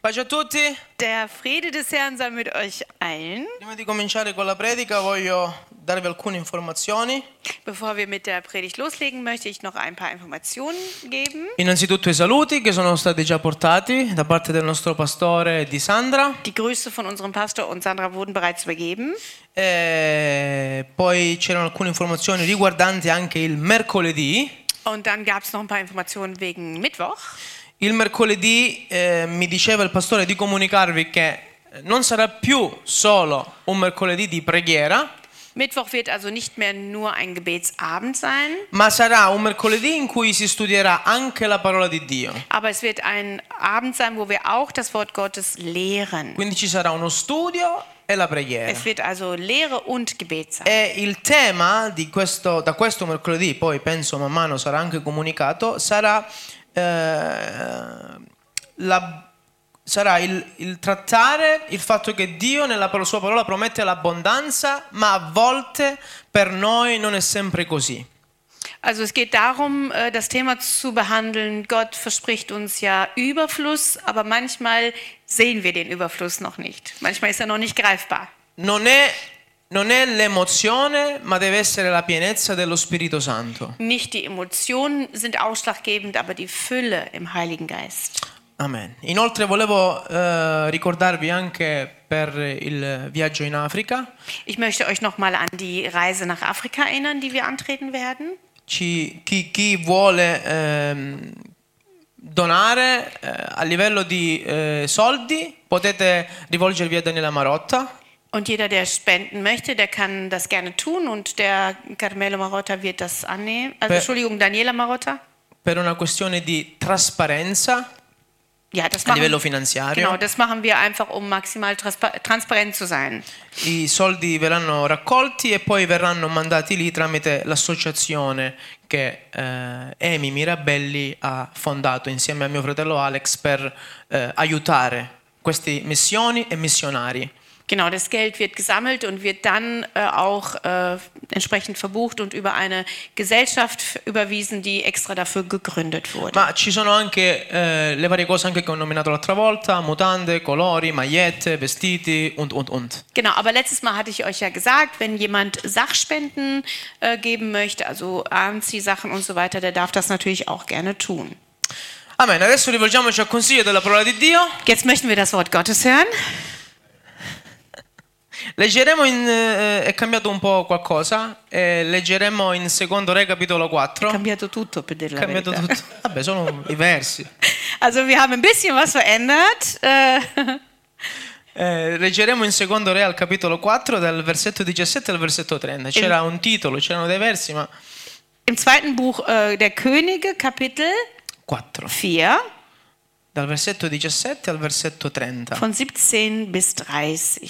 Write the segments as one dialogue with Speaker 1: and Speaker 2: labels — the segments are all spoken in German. Speaker 1: Pace a tutti,
Speaker 2: Der Friede des Herrn sei mit euch allen.
Speaker 1: prima di cominciare con la predica voglio darvi alcune informazioni.
Speaker 2: Bevor wir mit der Predigt loslegen, möchte ich noch ein paar Informationen geben.
Speaker 1: Innanzitutto i saluti che sono stati già portati da parte del nostro pastore e di Sandra,
Speaker 2: Die Grüße von unserem Pastor und Sandra wurden bereits übergeben.
Speaker 1: e poi c'erano alcune informazioni riguardanti anche il mercoledì.
Speaker 2: Und dann gab es noch ein paar Informationen wegen Mittwoch.
Speaker 1: Il mercoledì eh, mi diceva il pastore di comunicarvi che non sarà più solo un mercoledì di preghiera,
Speaker 2: Mittwoch wird also nicht mehr nur ein Gebetsabend sein,
Speaker 1: ma sarà un mercoledì in cui si studierà anche la parola di Dio.
Speaker 2: aber es wird ein Abend sein, wo wir auch das Wort Gottes lehren.
Speaker 1: Quindi ci sarà uno studio e la preghiera.
Speaker 2: Es wird also Lehre und Gebet sein.
Speaker 1: E il tema di questo, da questo mercoledì, poi penso man mano sarà anche comunicato, sarà, eh, la- sarà il, il trattare il fatto che Dio nella par- sua parola promette l'abbondanza, ma a volte per noi non è sempre così.
Speaker 2: Also es geht darum, äh, das Thema zu behandeln. Gott verspricht uns ja Überfluss, aber manchmal sehen wir den Überfluss noch nicht. Manchmal ist er noch nicht greifbar.
Speaker 1: Non è, non è l'emozione, ma deve essere la pienezza dello Spirito Santo.
Speaker 2: Nicht die Emotionen sind ausschlaggebend, aber die Fülle im Heiligen Geist.
Speaker 1: Amen. Inoltre volevo eh, ricordarvi anche per il viaggio in Africa.
Speaker 2: Ich möchte euch nochmal an die Reise nach Afrika erinnern, die wir antreten werden.
Speaker 1: Ci- chi, chi vuole ehm, donare eh, a livello di eh, soldi potete rivolgervi a Daniela Marotta.
Speaker 2: Und jeder, der spenden möchte, der kann das gerne tun und der Carmelo Marotta wird das annehmen. Also
Speaker 1: Wer-
Speaker 2: Entschuldigung, Daniela Marotta.
Speaker 1: Per una questione di trasparenza
Speaker 2: Ja, das
Speaker 1: a
Speaker 2: machen
Speaker 1: livello finanziario,
Speaker 2: Genau, das machen wir einfach, um maximal transpa- transparent zu sein.
Speaker 1: i soldi verranno raccolti e poi verranno mandati lì tramite l'associazione che eh, Emi Mirabelli ha fondato insieme a mio fratello Alex per eh, aiutare queste missioni e missionari.
Speaker 2: Genau, das Geld wird gesammelt und wird dann äh, auch äh, entsprechend verbucht und über eine Gesellschaft f- überwiesen, die extra dafür gegründet wurde.
Speaker 1: Ma ci sono anche eh, le varie cose anche che ho nominato l'altra volta, mutande, colori, magliette, vestiti und und und.
Speaker 2: Genau, aber letztes Mal hatte ich euch ja gesagt, wenn jemand Sachspenden äh, geben möchte, also Anziehsachen und so weiter, der darf das natürlich auch gerne tun.
Speaker 1: Amen, adesso rivolgiamoci al consiglio della parola di Dio.
Speaker 2: Jetzt möchten wir das Wort Gottes hören.
Speaker 1: Leggeremo in... eh, è cambiato un po' qualcosa, eh, leggeremo in secondo re capitolo 4.
Speaker 2: Cambiato tutto, per dir la
Speaker 1: È cambiato
Speaker 2: verità.
Speaker 1: tutto. Vabbè, sono i versi.
Speaker 2: Also wir haben ein bisschen was verändert. Äh,
Speaker 1: Eh, leggeremo in secondo re al capitolo 4 dal versetto 17 al versetto 30. C'era un titolo, c'erano dei versi, ma...
Speaker 2: Im zweiten Buch äh, der Könige, Kapitel
Speaker 1: 4.
Speaker 2: 4,
Speaker 1: Dal versetto 17 al versetto 30.
Speaker 2: von 17 bis 30.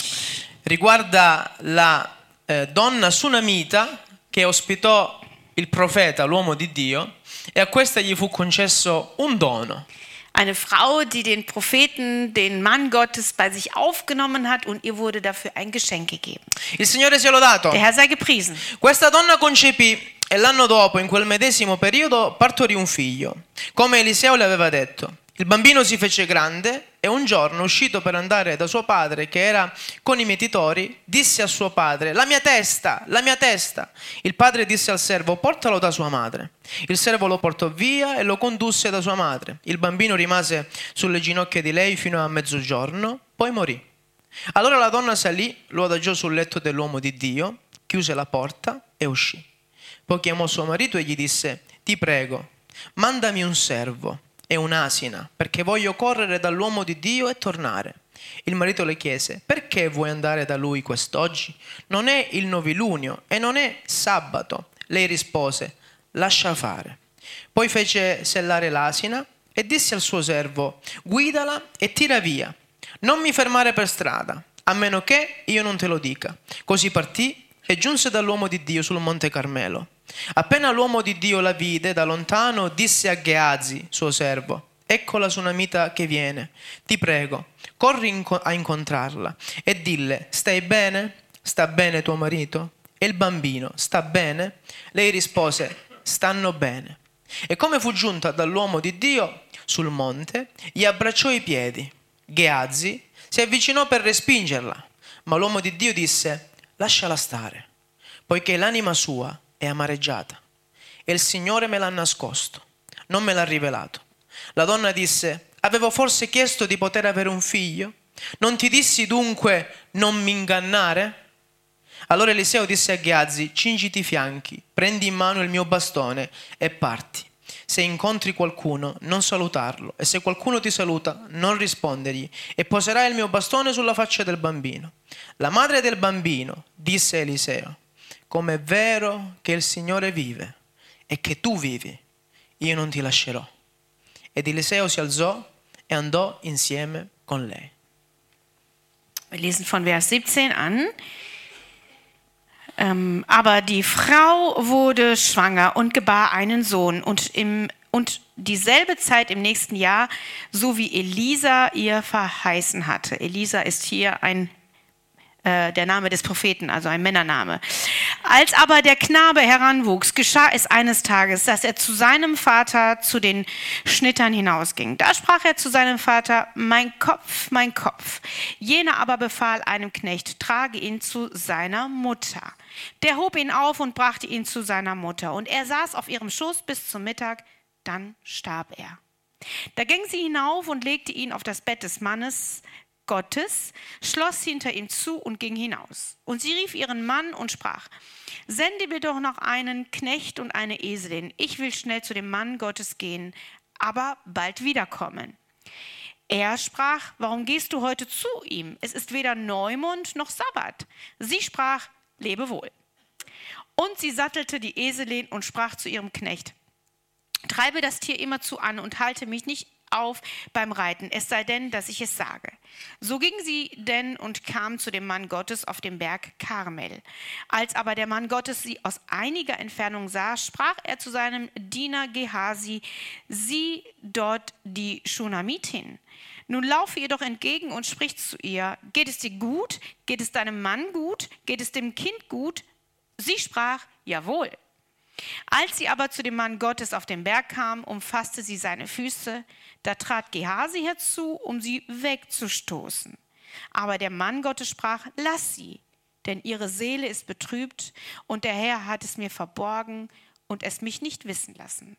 Speaker 1: riguarda la eh, donna sunamita che ospitò il profeta, l'uomo di Dio, e a questa gli fu concesso un dono.
Speaker 2: Eine Frau, die den Propheten, den Mann Gottes bei sich aufgenommen hat und ihr wurde dafür ein Geschenk gegeben.
Speaker 1: Il Signore sia lodato.
Speaker 2: Der Herr sei gepriesen.
Speaker 1: Questa donna concepì e l'anno dopo, in quel medesimo periodo, partorì un figlio, come Eliseo le aveva detto. Il bambino si fece grande e un giorno, uscito per andare da suo padre, che era con i mietitori, disse a suo padre, la mia testa, la mia testa. Il padre disse al servo, portalo da sua madre. Il servo lo portò via e lo condusse da sua madre. Il bambino rimase sulle ginocchia di lei fino a mezzogiorno, poi morì. Allora la donna salì, lo adagiò sul letto dell'uomo di Dio, chiuse la porta e uscì. Poi chiamò suo marito e gli disse, ti prego, mandami un servo e un'asina, perché voglio correre dall'uomo di Dio e tornare. Il marito le chiese, perché vuoi andare da lui quest'oggi? Non è il novilunio e non è sabato. Lei rispose, lascia fare. Poi fece sellare l'asina e disse al suo servo, guidala e tira via. Non mi fermare per strada, a meno che io non te lo dica. Così partì e giunse dall'uomo di Dio sul monte Carmelo. Appena l'uomo di Dio la vide da lontano, disse a Geazi, suo servo, Ecco la sunamita che viene, ti prego, corri inco- a incontrarla e dille, stai bene? Sta bene tuo marito? E il bambino, sta bene? Lei rispose, stanno bene. E come fu giunta dall'uomo di Dio sul monte, gli abbracciò i piedi Geazi, si avvicinò per respingerla, ma l'uomo di Dio disse, lasciala stare, poiché l'anima sua è amareggiata e il Signore me l'ha nascosto, non me l'ha rivelato. La donna disse, avevo forse chiesto di poter avere un figlio? Non ti dissi dunque non mi ingannare? Allora Eliseo disse a Gheazzi, cingiti i fianchi, prendi in mano il mio bastone e parti. Se incontri qualcuno, non salutarlo, e se qualcuno ti saluta, non rispondergli, e poserai il mio bastone sulla faccia del bambino. La madre del bambino disse a Eliseo, com'è vero che il Signore vive e che tu vivi, io non ti lascerò. Ed Eliseo si alzò e andò insieme con lei.
Speaker 2: Wir lesen von Vers 17 an. Ähm, aber die Frau wurde schwanger und gebar einen Sohn und im und dieselbe Zeit im nächsten Jahr, so wie Elisa ihr verheißen hatte. Elisa ist hier ein äh, der Name des Propheten, also ein Männername. Als aber der Knabe heranwuchs, geschah es eines Tages, dass er zu seinem Vater zu den Schnittern hinausging. Da sprach er zu seinem Vater, mein Kopf, mein Kopf. Jener aber befahl einem Knecht, trage ihn zu seiner Mutter. Der hob ihn auf und brachte ihn zu seiner Mutter. Und er saß auf ihrem Schoß bis zum Mittag, dann starb er. Da ging sie hinauf und legte ihn auf das Bett des Mannes, Gottes, schloss hinter ihm zu und ging hinaus. Und sie rief ihren Mann und sprach, sende mir doch noch einen Knecht und eine Eselin, ich will schnell zu dem Mann Gottes gehen, aber bald wiederkommen. Er sprach, warum gehst du heute zu ihm? Es ist weder Neumond noch Sabbat. Sie sprach, lebe wohl. Und sie sattelte die Eselin und sprach zu ihrem Knecht, Treibe das Tier immerzu an und halte mich nicht auf beim Reiten, es sei denn, dass ich es sage. So ging sie denn und kam zu dem Mann Gottes auf dem Berg Karmel. Als aber der Mann Gottes sie aus einiger Entfernung sah, sprach er zu seinem Diener Gehasi, sieh dort die Schunamitin. Nun laufe ihr doch entgegen und sprich zu ihr, geht es dir gut? Geht es deinem Mann gut? Geht es dem Kind gut? Sie sprach, jawohl. Als sie aber zu dem Mann Gottes auf den Berg kam, umfasste sie seine Füße. Da trat Gehasi herzu, um sie wegzustoßen. Aber der Mann Gottes sprach: Lass sie, denn ihre Seele ist betrübt und der Herr hat es mir verborgen und es mich nicht wissen lassen.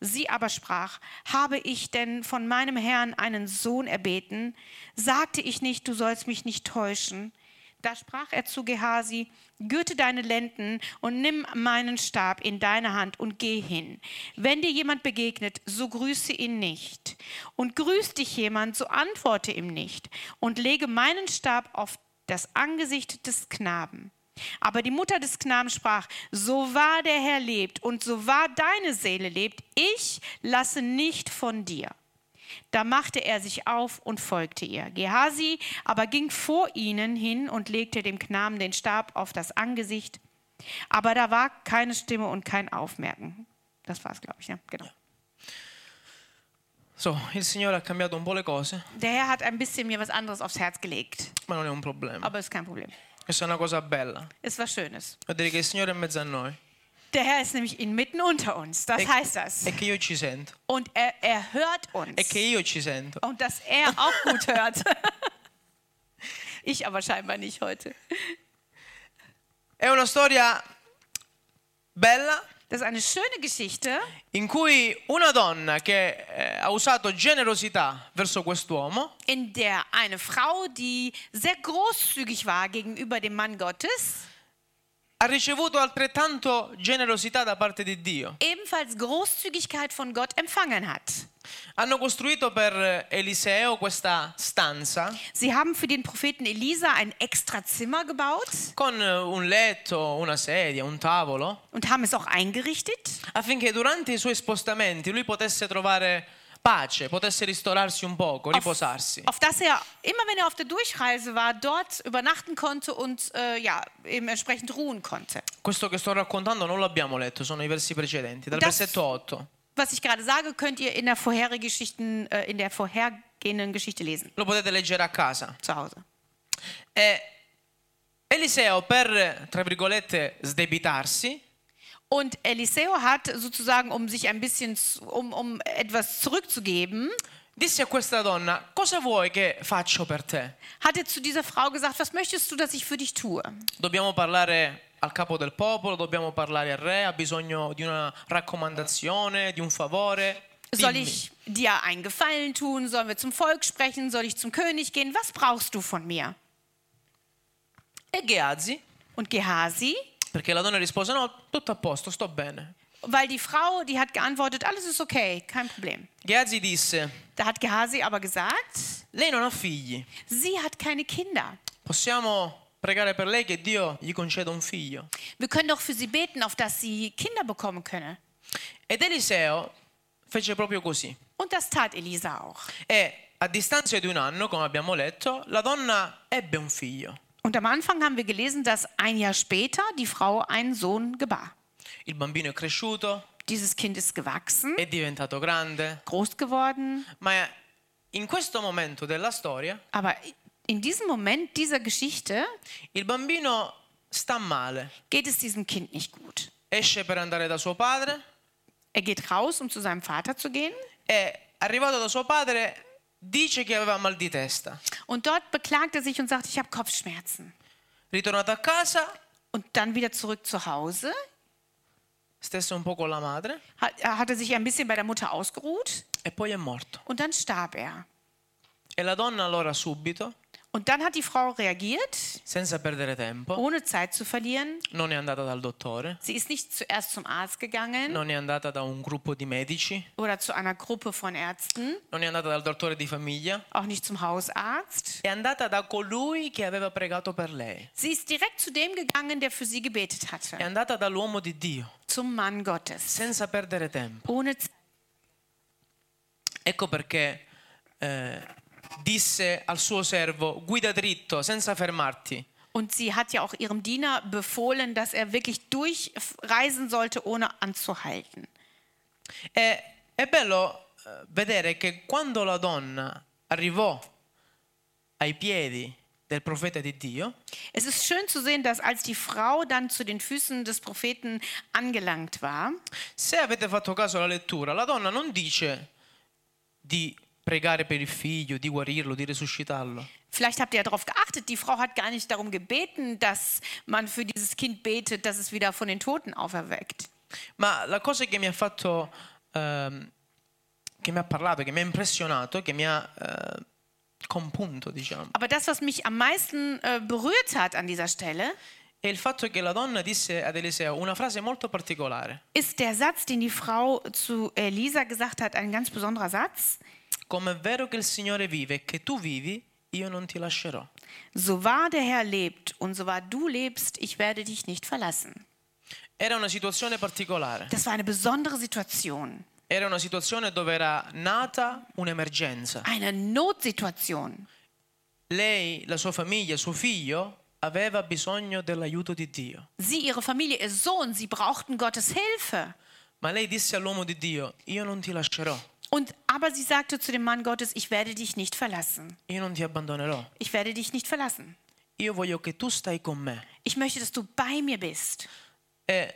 Speaker 2: Sie aber sprach: Habe ich denn von meinem Herrn einen Sohn erbeten? Sagte ich nicht, du sollst mich nicht täuschen? Da sprach er zu Gehasi, gürte deine Lenden und nimm meinen Stab in deine Hand und geh hin. Wenn dir jemand begegnet, so grüße ihn nicht. Und grüßt dich jemand, so antworte ihm nicht. Und lege meinen Stab auf das Angesicht des Knaben. Aber die Mutter des Knaben sprach, so wahr der Herr lebt und so wahr deine Seele lebt, ich lasse nicht von dir. Da machte er sich auf und folgte ihr. Gehasi aber ging vor ihnen hin und legte dem Knaben den Stab auf das Angesicht. Aber da war keine Stimme und kein Aufmerken. Das war's, glaube ich, ja, genau.
Speaker 1: So, il Signore ha cambiato un po' le cose,
Speaker 2: Der Herr hat ein bisschen mir was anderes aufs Herz gelegt,
Speaker 1: ma non è un problema.
Speaker 2: aber ist kein Problem.
Speaker 1: Questa è una cosa bella.
Speaker 2: Ist was Schönes.
Speaker 1: Vuol dire che il Signore è in mezzo a noi
Speaker 2: Der Herr ist nämlich inmitten unter uns. Das heißt das.
Speaker 1: e che io ci sento.
Speaker 2: Und er, er hört
Speaker 1: E che
Speaker 2: uns.
Speaker 1: io ci sento.
Speaker 2: Und dass er auch gut hört. Ich aber scheinbar nicht heute.
Speaker 1: È una storia bella
Speaker 2: Das ist eine schöne Geschichte.
Speaker 1: in cui una donna che eh, ha usato generosità verso quest'uomo
Speaker 2: in der eine Frau, die sehr großzügig war gegenüber dem Mann Gottes,
Speaker 1: ha ricevuto altrettanto generosità da parte di Dio.
Speaker 2: ebenfalls Großzügigkeit von Gott empfangen hat.
Speaker 1: Hanno costruito per Eliseo questa stanza
Speaker 2: Sie haben für den Propheten Elisa ein extra Zimmer gebaut
Speaker 1: con eh, un letto, una sedia, un tavolo,
Speaker 2: und haben es auch eingerichtet,
Speaker 1: affinché durante i suoi spostamenti lui potesse trovare pace, potesse ristorarsi un poco, riposarsi.
Speaker 2: auf das er immer, wenn er auf der Durchreise war, dort übernachten konnte und äh, ja, eben entsprechend ruhen konnte.
Speaker 1: Questo che sto raccontando non l'abbiamo letto, sono i versi precedenti, dal
Speaker 2: Das-
Speaker 1: versetto 8.
Speaker 2: Was ich gerade sage, könnt ihr in der, vorherigen Geschichten, äh, in der vorhergehenden Geschichte lesen,
Speaker 1: Lo potete leggere a casa.
Speaker 2: zu Hause.
Speaker 1: E Eliseo per, tra virgolette, sdebitarsi,
Speaker 2: Und Eliseo hat sozusagen, um sich ein bisschen, zu- um, um etwas zurückzugeben,
Speaker 1: Disse a questa donna, cosa vuoi che faccio per te?
Speaker 2: hatte zu dieser Frau gesagt, was möchtest du, dass ich für dich tue?
Speaker 1: Dobbiamo parlare al capo del popolo, dobbiamo parlare al re, ha bisogno di una raccomandazione, di un favore.
Speaker 2: Soll
Speaker 1: Dimmi.
Speaker 2: ich dir einen Gefallen tun? Sollen wir zum Volk sprechen? Soll ich zum König gehen? Was brauchst du von mir?
Speaker 1: E Gehazi,
Speaker 2: Und Gehasi,
Speaker 1: perché la donna rispose no, tutto a posto, sto bene.
Speaker 2: weil die Frau, die hat geantwortet, alles ist okay, kein Problem.
Speaker 1: Gehazi disse,
Speaker 2: Da hat Gehasi aber gesagt,
Speaker 1: lei non ha figli,
Speaker 2: sie hat keine Kinder.
Speaker 1: possiamo pregare per lei che Dio gli conceda un figlio.
Speaker 2: Wir können doch für sie beten, auf dass sie Kinder bekommen könne.
Speaker 1: Ed Eliseo fece proprio così.
Speaker 2: Und das tat Elisa auch.
Speaker 1: E a distanza di un anno, come abbiamo letto, la donna ebbe un figlio.
Speaker 2: Und am Anfang haben wir gelesen, dass ein Jahr später die Frau einen Sohn gebar.
Speaker 1: Il bambino è cresciuto,
Speaker 2: Dieses Kind ist gewachsen,
Speaker 1: è diventato grande,
Speaker 2: groß geworden,
Speaker 1: ma in questo momento della storia
Speaker 2: aber in diesem Moment dieser Geschichte
Speaker 1: il bambino sta male.
Speaker 2: geht es diesem Kind nicht gut.
Speaker 1: Esce per andare da suo padre
Speaker 2: Er geht raus, um zu seinem Vater zu gehen.
Speaker 1: e arrivato da suo padre dice che aveva mal di testa.
Speaker 2: Und dort beklagt er sich und sagt, ich habe Kopfschmerzen.
Speaker 1: Ritornato a casa,
Speaker 2: Und dann wieder zurück zu Hause.
Speaker 1: stesse un po' con la madre
Speaker 2: Hat, er hatte sich ein bisschen bei der Mutter ausgeruht
Speaker 1: e poi è morto.
Speaker 2: und dann starb er.
Speaker 1: E la donna allora subito,
Speaker 2: Und dann hat die Frau reagiert,
Speaker 1: senza perdere tempo,
Speaker 2: ohne Zeit zu verlieren.
Speaker 1: non è andata dal dottore,
Speaker 2: Sie ist nicht zuerst zum Arzt gegangen
Speaker 1: non è andata da un gruppo di medici,
Speaker 2: oder zu einer Gruppe von Ärzten,
Speaker 1: non è andata dal dottore di famiglia,
Speaker 2: auch nicht zum Hausarzt.
Speaker 1: è andata da colui che aveva pregato per lei,
Speaker 2: Sie ist direkt zu dem gegangen, der für sie gebetet
Speaker 1: è
Speaker 2: hatte,
Speaker 1: andata dall'uomo di Dio,
Speaker 2: zum Mann Gottes,
Speaker 1: senza perdere tempo.
Speaker 2: ohne Zeit.
Speaker 1: Ecco perché eh, disse al suo servo, guida dritto, senza fermarti.
Speaker 2: Und sie hat ja auch ihrem Diener befohlen, dass er wirklich durchreisen sollte, ohne anzuhalten.
Speaker 1: E, è bello eh, vedere che quando la donna arrivò ai piedi del profeta di Dio,
Speaker 2: Es ist schön zu sehen, dass als die Frau dann zu den Füßen des Propheten angelangt war,
Speaker 1: Se avete fatto caso alla lettura, la donna non dice di pregare per il figlio, di guarirlo, di risuscitarlo.
Speaker 2: vielleicht habt ihr ja darauf geachtet, die Frau hat gar nicht darum gebeten, dass man für dieses Kind betet, dass es wieder von den Toten auferweckt.
Speaker 1: Ma la cosa che mi ha fatto, ehm, che mi ha parlato, che mi ha impressionato, che mi ha eh, compunto, diciamo,
Speaker 2: Aber das, was mich am meisten äh, berührt hat an dieser Stelle,
Speaker 1: è il fatto che la donna disse ad Eliseo una frase molto particolare.
Speaker 2: ist der Satz, den die Frau zu Elisa gesagt hat, ein ganz besonderer Satz.
Speaker 1: Come è vero che il Signore vive e che tu vivi, io non ti lascerò.
Speaker 2: So wahr der Herr lebt und so wahr du lebst, ich werde dich nicht verlassen.
Speaker 1: Era una situazione particolare,
Speaker 2: Das war eine besondere Situation,
Speaker 1: era una situazione dove era nata un'emergenza.
Speaker 2: eine Notsituation.
Speaker 1: Lei, la sua famiglia, suo figlio aveva bisogno dell'aiuto di Dio.
Speaker 2: Sie, ihre Familie, ihr Sohn, sie brauchten Gottes Hilfe.
Speaker 1: Ma lei disse all'uomo di Dio, io non ti lascerò,
Speaker 2: Und aber sie sagte zu dem Mann Gottes, ich werde dich nicht verlassen.
Speaker 1: io non ti abbandonerò,
Speaker 2: Ich werde dich nicht verlassen.
Speaker 1: io voglio che tu stai con me.
Speaker 2: Ich möchte, dass du bei mir bist.
Speaker 1: E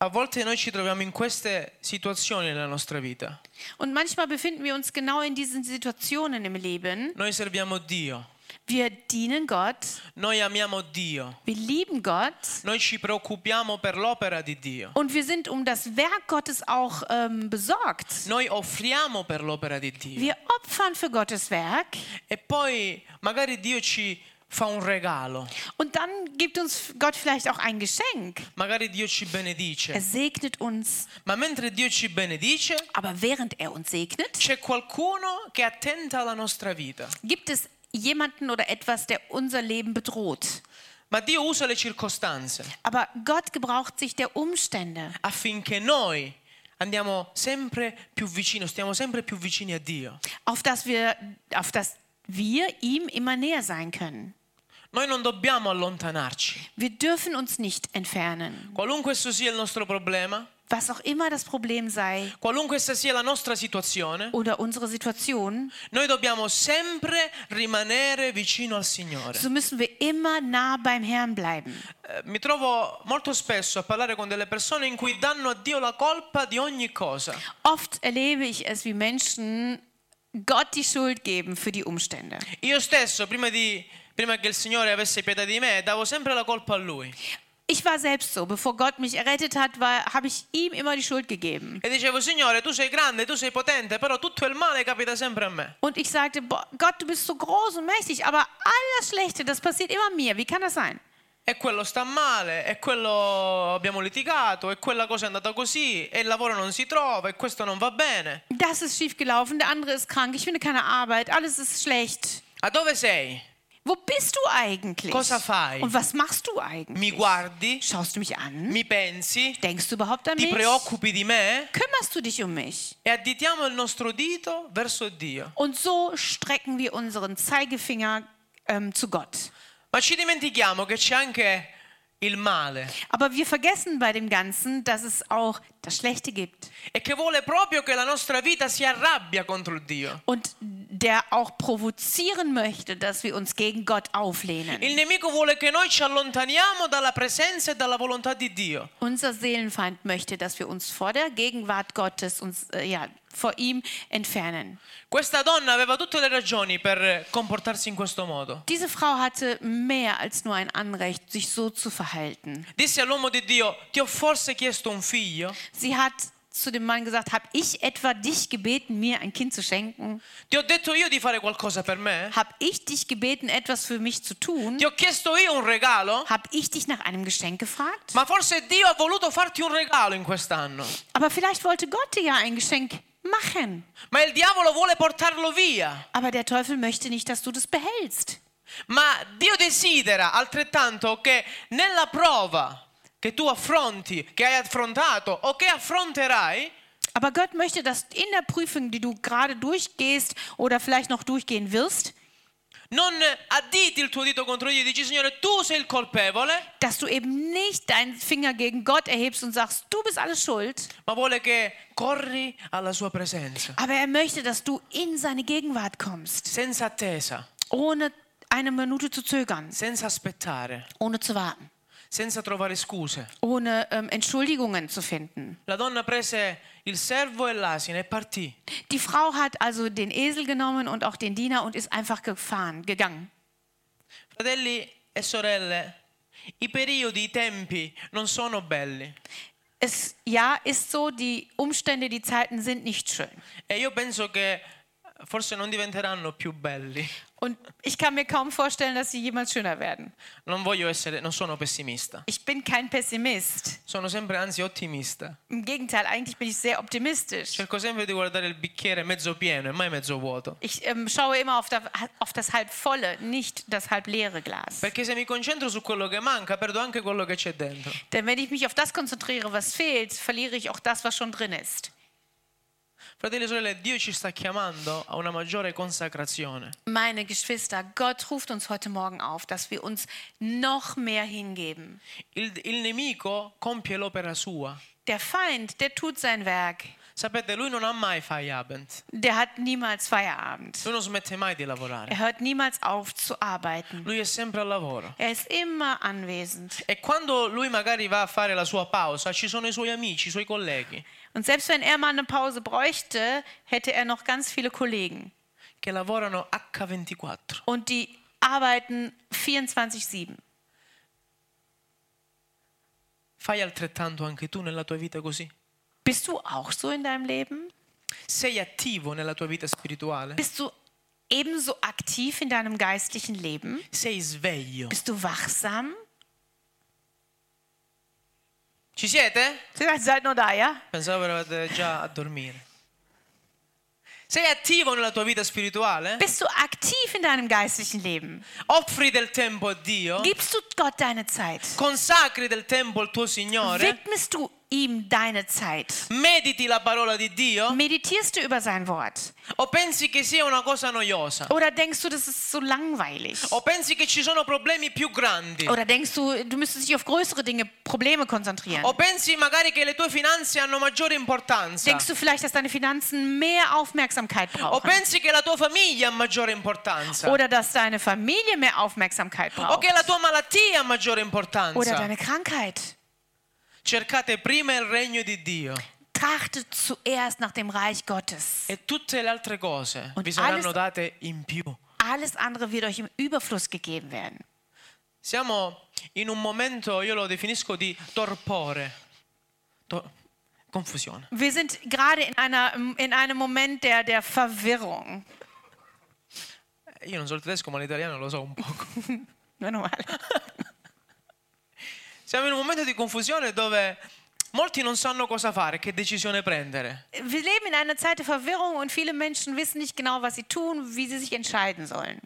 Speaker 1: a volte noi ci troviamo in queste situazioni nella nostra vita.
Speaker 2: Und manchmal befinden wir uns genau in diesen Situationen im Leben.
Speaker 1: Noi serviamo Dio,
Speaker 2: Wir dienen Gott,
Speaker 1: noi amiamo Dio,
Speaker 2: wir lieben Gott
Speaker 1: noi ci preoccupiamo per l'opera di Dio,
Speaker 2: und wir sind um das Werk Gottes auch ähm, besorgt.
Speaker 1: noi offriamo per l'opera di Dio.
Speaker 2: Wir opfern für Gottes Werk
Speaker 1: E poi magari Dio ci fa un regalo,
Speaker 2: und dann gibt uns Gott vielleicht auch ein Geschenk.
Speaker 1: magari Dio ci benedice.
Speaker 2: Er segnet uns,
Speaker 1: Ma mentre Dio ci benedice,
Speaker 2: aber während er uns segnet,
Speaker 1: c'è qualcuno che attenta alla nostra vita.
Speaker 2: gibt es jemanden oder etwas, der unser Leben bedroht.
Speaker 1: Ma Dio usa le circostanze
Speaker 2: Aber Gott gebraucht sich der Umstände,
Speaker 1: affinché noi andiamo sempre più vicino, stiamo sempre più vicini a Dio.
Speaker 2: auf dass wir, auf dass wir ihm immer näher sein können.
Speaker 1: Noi non dobbiamo allontanarci.
Speaker 2: Wir dürfen uns nicht entfernen.
Speaker 1: Qualunque esso sia il nostro problema,
Speaker 2: Was auch immer das Problem sei
Speaker 1: qualunque essa sia la nostra situazione,
Speaker 2: oder unsere Situation,
Speaker 1: noi dobbiamo sempre rimanere vicino al Signore.
Speaker 2: so müssen wir immer nah beim Herrn bleiben.
Speaker 1: Eh, Mi trovo molto spesso a parlare con delle persone in cui danno a Dio la colpa di ogni cosa.
Speaker 2: Oft erlebe ich es, wie Menschen Gott die Schuld geben für die Umstände.
Speaker 1: Io stesso, prima, di, prima che il Signore avesse pietà di me, davo sempre la colpa a Lui.
Speaker 2: Ich war selbst so. Bevor Gott mich errettet hat, war- habe ich ihm immer die Schuld gegeben.
Speaker 1: E dicevo, Signore, tu sei grande, tu sei potente, però tutto il male capita sempre a me.
Speaker 2: Und ich sagte, boah, Gott, du bist so groß und mächtig, aber all das Schlechte, das passiert immer mir. Wie kann das sein?
Speaker 1: E quello sta male, e quello abbiamo litigato, e quella cosa è andata così, e il lavoro non si trova, e questo non va bene.
Speaker 2: Das ist schief gelaufen, der andere ist krank, ich finde keine Arbeit, alles ist schlecht.
Speaker 1: A dove sei?
Speaker 2: Wo bist du eigentlich?
Speaker 1: Cosa fai?
Speaker 2: Und was machst du
Speaker 1: Mi
Speaker 2: eigentlich?
Speaker 1: guardi?
Speaker 2: Schaust du mich an?
Speaker 1: Mi pensi?
Speaker 2: Denkst du überhaupt an
Speaker 1: Ti
Speaker 2: mich?
Speaker 1: preoccupi di me?
Speaker 2: Kümmerst du dich um mich?
Speaker 1: E additiamo il nostro dito verso Dio.
Speaker 2: Und so strecken wir unseren Zeigefinger ähm, zu Gott.
Speaker 1: Ma ci dimentichiamo che c'è anche il male
Speaker 2: Aber wir vergessen bei dem Ganzen, dass es auch das Schlechte gibt.
Speaker 1: e che vuole proprio che la nostra vita si arrabbia contro Dio.
Speaker 2: Und der auch provozieren möchte, dass wir uns gegen Gott auflehnen.
Speaker 1: Il nemico vuole che noi ci allontaniamo dalla presenza e dalla volontà di Dio.
Speaker 2: Unser Seelenfeind möchte, dass wir uns vor der Gegenwart Gottes, uns, äh, ja, vor ihm entfernen.
Speaker 1: Questa donna aveva tutte le ragioni per comportarsi in questo modo.
Speaker 2: Diese Frau hatte mehr als nur ein Anrecht, sich so zu verhalten.
Speaker 1: Disse all'uomo di Dio, ti ho forse chiesto un figlio?
Speaker 2: Sie hat zu dem Mann gesagt, habe ich etwa dich gebeten, mir ein Kind zu schenken?
Speaker 1: Ti ho detto io di fare qualcosa per me?
Speaker 2: Habe ich dich gebeten, etwas für mich zu tun?
Speaker 1: Ti ho chiesto io un regalo?
Speaker 2: Habe ich dich nach einem Geschenk gefragt?
Speaker 1: Ma forse Dio ha voluto farti un regalo in quest'anno.
Speaker 2: Aber vielleicht wollte Gott dir ja ein Geschenk machen.
Speaker 1: Ma il diavolo vuole portarlo via.
Speaker 2: Aber der Teufel möchte nicht, dass du das behältst.
Speaker 1: Ma Dio desidera altrettanto che nella prova che tu affronti, che hai affrontato o che affronterai,
Speaker 2: Aber Gott möchte, dass in der Prüfung, die du gerade durchgehst oder vielleicht noch durchgehen wirst,
Speaker 1: non additi il tuo dito contro Dio e dici Signore tu sei il colpevole,
Speaker 2: dass du eben nicht deinen Finger gegen Gott erhebst und sagst, du bist alles schuld.
Speaker 1: ma vuole che corri alla sua presenza,
Speaker 2: Aber er möchte, dass du in seine Gegenwart kommst,
Speaker 1: senza attesa,
Speaker 2: ohne eine Minute zu zögern,
Speaker 1: senza aspettare,
Speaker 2: ohne zu warten,
Speaker 1: senza trovare scuse.
Speaker 2: ohne ähm, Entschuldigungen zu finden.
Speaker 1: La donna prese il servo e l'asina e partì.
Speaker 2: Die Frau hat also den Esel genommen und auch den Diener und ist einfach gefahren, gegangen.
Speaker 1: Fratelli e sorelle, i periodi, i tempi non sono belli.
Speaker 2: Es, ja, ist so, die Umstände, die Zeiten sind nicht schön.
Speaker 1: E io penso che forse non diventeranno più belli.
Speaker 2: Und ich kann mir kaum vorstellen, dass sie jemals schöner werden.
Speaker 1: Non voglio essere, non sono pessimista.
Speaker 2: Ich bin kein Pessimist.
Speaker 1: Sono sempre anzi ottimista.
Speaker 2: Im Gegenteil, eigentlich bin ich sehr optimistisch.
Speaker 1: Cerco sempre di guardare il bicchiere mezzo pieno e mai mezzo vuoto.
Speaker 2: Ich ähm, schaue immer auf, der, auf das halb volle, nicht das halb leere Glas.
Speaker 1: Perché se mi concentro su quello che manca, perdo anche quello che c'è dentro.
Speaker 2: Denn wenn ich mich auf das konzentriere, was fehlt, verliere ich auch das, was schon drin ist.
Speaker 1: Fratelli e sorelle, Dio ci sta chiamando a una maggiore consacrazione.
Speaker 2: Meine Geschwister, Gott ruft uns heute Morgen auf, dass wir uns noch mehr hingeben.
Speaker 1: Il, il nemico compie l'opera sua.
Speaker 2: Der Feind, der tut sein Werk.
Speaker 1: Sapete, lui non ha mai Feierabend.
Speaker 2: Der hat niemals Feierabend.
Speaker 1: Lui non smette mai di lavorare.
Speaker 2: Er hört niemals auf zu arbeiten.
Speaker 1: Lui è sempre al lavoro.
Speaker 2: Er ist immer anwesend.
Speaker 1: E quando lui magari va a fare la sua pausa, ci sono i suoi amici, i suoi colleghi
Speaker 2: Und selbst wenn er mal eine Pause bräuchte, hätte er noch ganz viele Kollegen.
Speaker 1: che lavorano H24.
Speaker 2: Und die arbeiten 24-7.
Speaker 1: Fai altrettanto anche tu nella tua vita così?
Speaker 2: Bist du auch so in deinem Leben?
Speaker 1: Sei attivo nella tua vita spirituale?
Speaker 2: Bist du ebenso aktiv in deinem geistlichen Leben?
Speaker 1: Sei sveglio?
Speaker 2: Bist du wachsam?
Speaker 1: Ci siete?
Speaker 2: Seid nur da, ja?
Speaker 1: Pensavo eravate già a dormire. Sei attivo nella tua vita spirituale?
Speaker 2: Bist du aktiv in deinem geistlichen Leben?
Speaker 1: Offri del tempo a Dio?
Speaker 2: Gibst du Gott deine Zeit?
Speaker 1: Consacri del tempo al tuo Signore?
Speaker 2: Widmest du ihm deine Zeit?
Speaker 1: Mediti la parola di Dio?
Speaker 2: Meditierst du über sein Wort?
Speaker 1: O pensi che sia una cosa noiosa?
Speaker 2: Oder denkst du, das ist so langweilig?
Speaker 1: O pensi che ci sono problemi più grandi?
Speaker 2: Oder denkst du, du müsstest dich auf größere Dinge, Probleme konzentrieren?
Speaker 1: O pensi magari che le tue finanze hanno maggiore importanza?
Speaker 2: Denkst du vielleicht, dass deine Finanzen mehr Aufmerksamkeit
Speaker 1: O
Speaker 2: brauchen?
Speaker 1: pensi che la tua famiglia ha maggiore importanza?
Speaker 2: Oder dass deine Familie mehr Aufmerksamkeit
Speaker 1: O
Speaker 2: braucht?
Speaker 1: che la tua malattia ha maggiore
Speaker 2: Oder
Speaker 1: importanza?
Speaker 2: deine Krankheit?
Speaker 1: Cercate prima il regno di Dio
Speaker 2: trachtet zuerst nach dem Reich Gottes.
Speaker 1: E tutte le altre cose
Speaker 2: Und
Speaker 1: vi saranno
Speaker 2: alles-
Speaker 1: date in più.
Speaker 2: Alles andere wird euch im Überfluss gegeben werden.
Speaker 1: Siamo in un momento, io lo definisco di torpore, To- confusione.
Speaker 2: Wir sind gerade in, einer, in einem Moment der, der Verwirrung.
Speaker 1: Eh, Io non so il tedesco, ma l'italiano lo so un poco.
Speaker 2: Nur normal.
Speaker 1: Siamo in un momento di confusione dove molti non sanno cosa fare, che decisione prendere.
Speaker 2: Wir leben in einer Zeit der Verwirrung und viele Menschen wissen nicht genau, was sie tun, wie sie sich entscheiden sollen.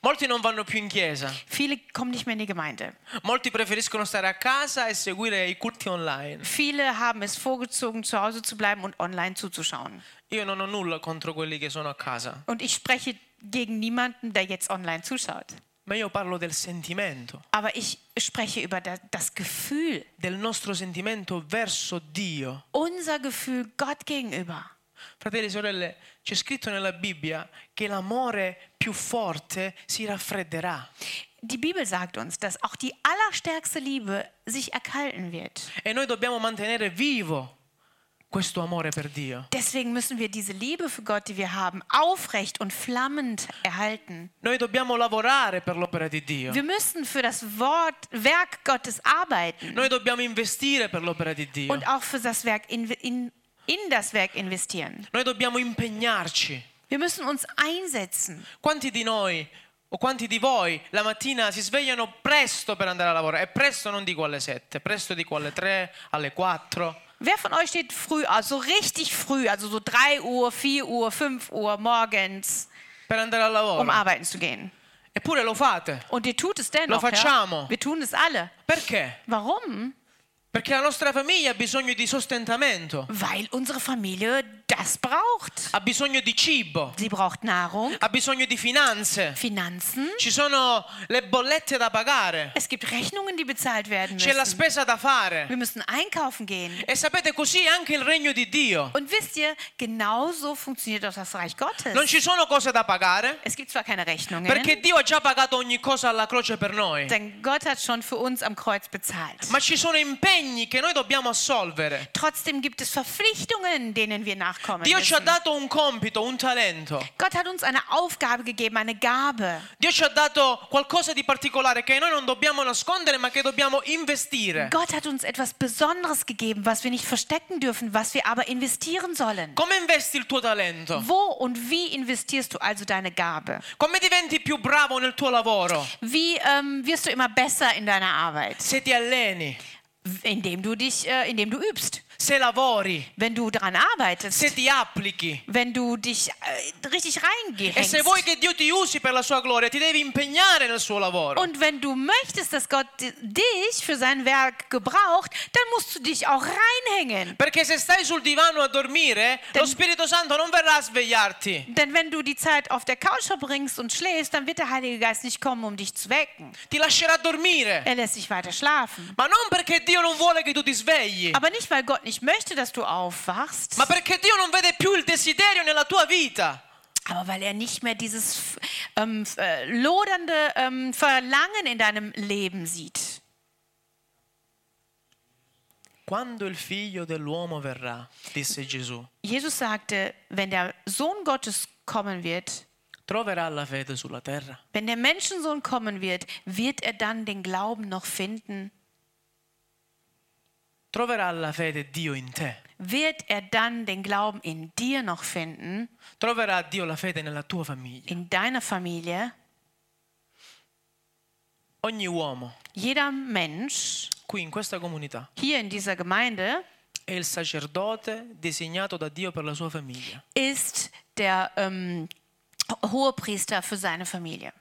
Speaker 1: Molti non vanno più in chiesa,
Speaker 2: Viele kommen nicht mehr in die Gemeinde.
Speaker 1: molti preferiscono stare a casa e seguire i culti online.
Speaker 2: Viele haben es vorgezogen, zu Hause zu bleiben und online zuzuschauen.
Speaker 1: Io non ho nulla contro quelli che sono a casa,
Speaker 2: Und ich spreche gegen niemanden, der jetzt online zuschaut.
Speaker 1: ma io parlo del sentimento,
Speaker 2: Aber ich spreche über da- das Gefühl,
Speaker 1: del nostro sentimento verso Dio.
Speaker 2: unser Gefühl Gott gegenüber.
Speaker 1: Fratelli e sorelle, c'è scritto nella Bibbia che l'amore più forte si raffredderà.
Speaker 2: Die Bibel sagt uns, dass auch die allerstärkste Liebe sich erkalten wird.
Speaker 1: E noi dobbiamo mantenere vivo questo amore per Dio.
Speaker 2: Deswegen müssen wir diese Liebe für Gott, die wir haben, aufrecht und flammend erhalten.
Speaker 1: Noi dobbiamo lavorare per l'opera di Dio.
Speaker 2: Wir müssen für das Wort, Werk Gottes arbeiten
Speaker 1: Noi dobbiamo investire per l'opera di Dio.
Speaker 2: und auch für das Werk in, in, in das Werk investieren.
Speaker 1: Noi dobbiamo impegnarci.
Speaker 2: Wir müssen uns einsetzen.
Speaker 1: Quanti di noi o quanti di voi la mattina si svegliano presto per andare a lavorare? E presto non dico alle 7, presto dico alle 3, alle 4.
Speaker 2: Wer von euch steht früh, also richtig früh, also so 3 Uhr, 4 Uhr, 5 Uhr morgens,
Speaker 1: Per andare al
Speaker 2: um
Speaker 1: lavoro.
Speaker 2: arbeiten zu gehen?
Speaker 1: Eppure lo fate.
Speaker 2: Und ihr tut es dennoch. Ja?
Speaker 1: facciamo.
Speaker 2: Wir tun es alle.
Speaker 1: Perché?
Speaker 2: Warum?
Speaker 1: Perché la nostra famiglia ha bisogno di sostentamento,
Speaker 2: Weil unsere Familie das braucht.
Speaker 1: ha bisogno di cibo,
Speaker 2: Sie braucht Nahrung,
Speaker 1: ha bisogno di finanze,
Speaker 2: Finanzen.
Speaker 1: ci sono le bollette da pagare,
Speaker 2: Es gibt Rechnungen, die bezahlt werden
Speaker 1: c'è la
Speaker 2: müssen.
Speaker 1: spesa da fare.
Speaker 2: Wir müssen einkaufen gehen.
Speaker 1: E sapete così è anche il regno di Dio.
Speaker 2: Und wisst ihr, genauso funktioniert auch das Reich
Speaker 1: Non
Speaker 2: Gottes.
Speaker 1: ci sono cose da pagare
Speaker 2: Es gibt zwar keine Rechnungen,
Speaker 1: perché Dio ha già pagato ogni cosa alla croce per noi,
Speaker 2: denn Gott hat schon für uns am Kreuz bezahlt.
Speaker 1: ma ci sono impegni che noi dobbiamo assolvere.
Speaker 2: Trotzdem gibt es Verpflichtungen, denen wir nachkommen
Speaker 1: Dio ci ha
Speaker 2: müssen.
Speaker 1: dato un compito, un talento.
Speaker 2: Gott hat uns eine Aufgabe gegeben, eine Gabe.
Speaker 1: Dio ci ha dato qualcosa di particolare che noi non dobbiamo nascondere ma che dobbiamo investire.
Speaker 2: Gott hat uns etwas Besonderes gegeben, was wir nicht verstecken dürfen, was wir aber investieren sollen.
Speaker 1: Come investi il tuo talento?
Speaker 2: Wo und wie investierst du also deine Gabe?
Speaker 1: Come diventi più bravo nel tuo lavoro?
Speaker 2: Wie ähm, wirst du immer besser in deiner Arbeit?
Speaker 1: Se ti alleni,
Speaker 2: Indem du dich, äh, indem du übst,
Speaker 1: se lavori,
Speaker 2: wenn du daran
Speaker 1: se
Speaker 2: arbeitest,
Speaker 1: ti applichi.
Speaker 2: wenn du dich äh, richtig
Speaker 1: E se vuoi
Speaker 2: reingehst.
Speaker 1: che Dio ti usi per la sua gloria, ti devi impegnare nel suo lavoro.
Speaker 2: Und wenn du möchtest, dass Gott di- dich für sein Werk gebraucht, dann musst du dich auch reinhängen.
Speaker 1: Perché se stai sul divano a dormire, lo Spirito Santo non verrà a svegliarti.
Speaker 2: Denn wenn du die Zeit auf der Couch verbringst und schläfst, dann wird der Heilige Geist nicht kommen, um dich zu wecken.
Speaker 1: Ti lascerà dormire.
Speaker 2: Er lässt dich weiter schlafen.
Speaker 1: Ma non perché Dio non vuole che tu ti svegli,
Speaker 2: Aber nicht, weil Gott nicht möchte, dass du aufwachst,
Speaker 1: ma perché Dio non vede più il desiderio nella tua vita.
Speaker 2: aber weil er nicht mehr dieses f- ähm, f- äh, lodernde ähm, Verlangen in deinem Leben sieht.
Speaker 1: Quando il figlio dell'uomo verrà, disse Gesù,
Speaker 2: Jesus sagte, wenn der Sohn Gottes kommen wird,
Speaker 1: troverà la fede sulla terra?
Speaker 2: wenn der Menschensohn kommen wird, wird er dann den Glauben noch finden?
Speaker 1: Troverà la fede Dio in te?
Speaker 2: Wird er dann den Glauben in dir noch finden,
Speaker 1: Troverà Dio la fede nella tua famiglia.
Speaker 2: in deiner Familie?
Speaker 1: Ogni uomo
Speaker 2: Jeder Mensch
Speaker 1: qui in questa comunità
Speaker 2: hier in dieser Gemeinde
Speaker 1: è il sacerdote designato da Dio per la sua famiglia.
Speaker 2: ist der ähm, Hohepriester für seine Familie.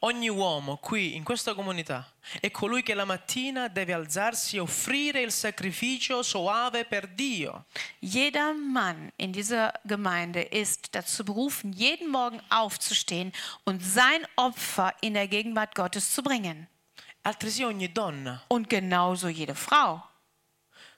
Speaker 1: Ogni uomo qui in questa comunità è colui che la mattina deve alzarsi e offrire il sacrificio soave per Dio.
Speaker 2: Jeder Mann in dieser Gemeinde ist dazu berufen, jeden Morgen aufzustehen und sein Opfer in der Gegenwart Gottes zu bringen.
Speaker 1: Altresì ogni donna,
Speaker 2: Und genauso jede Frau,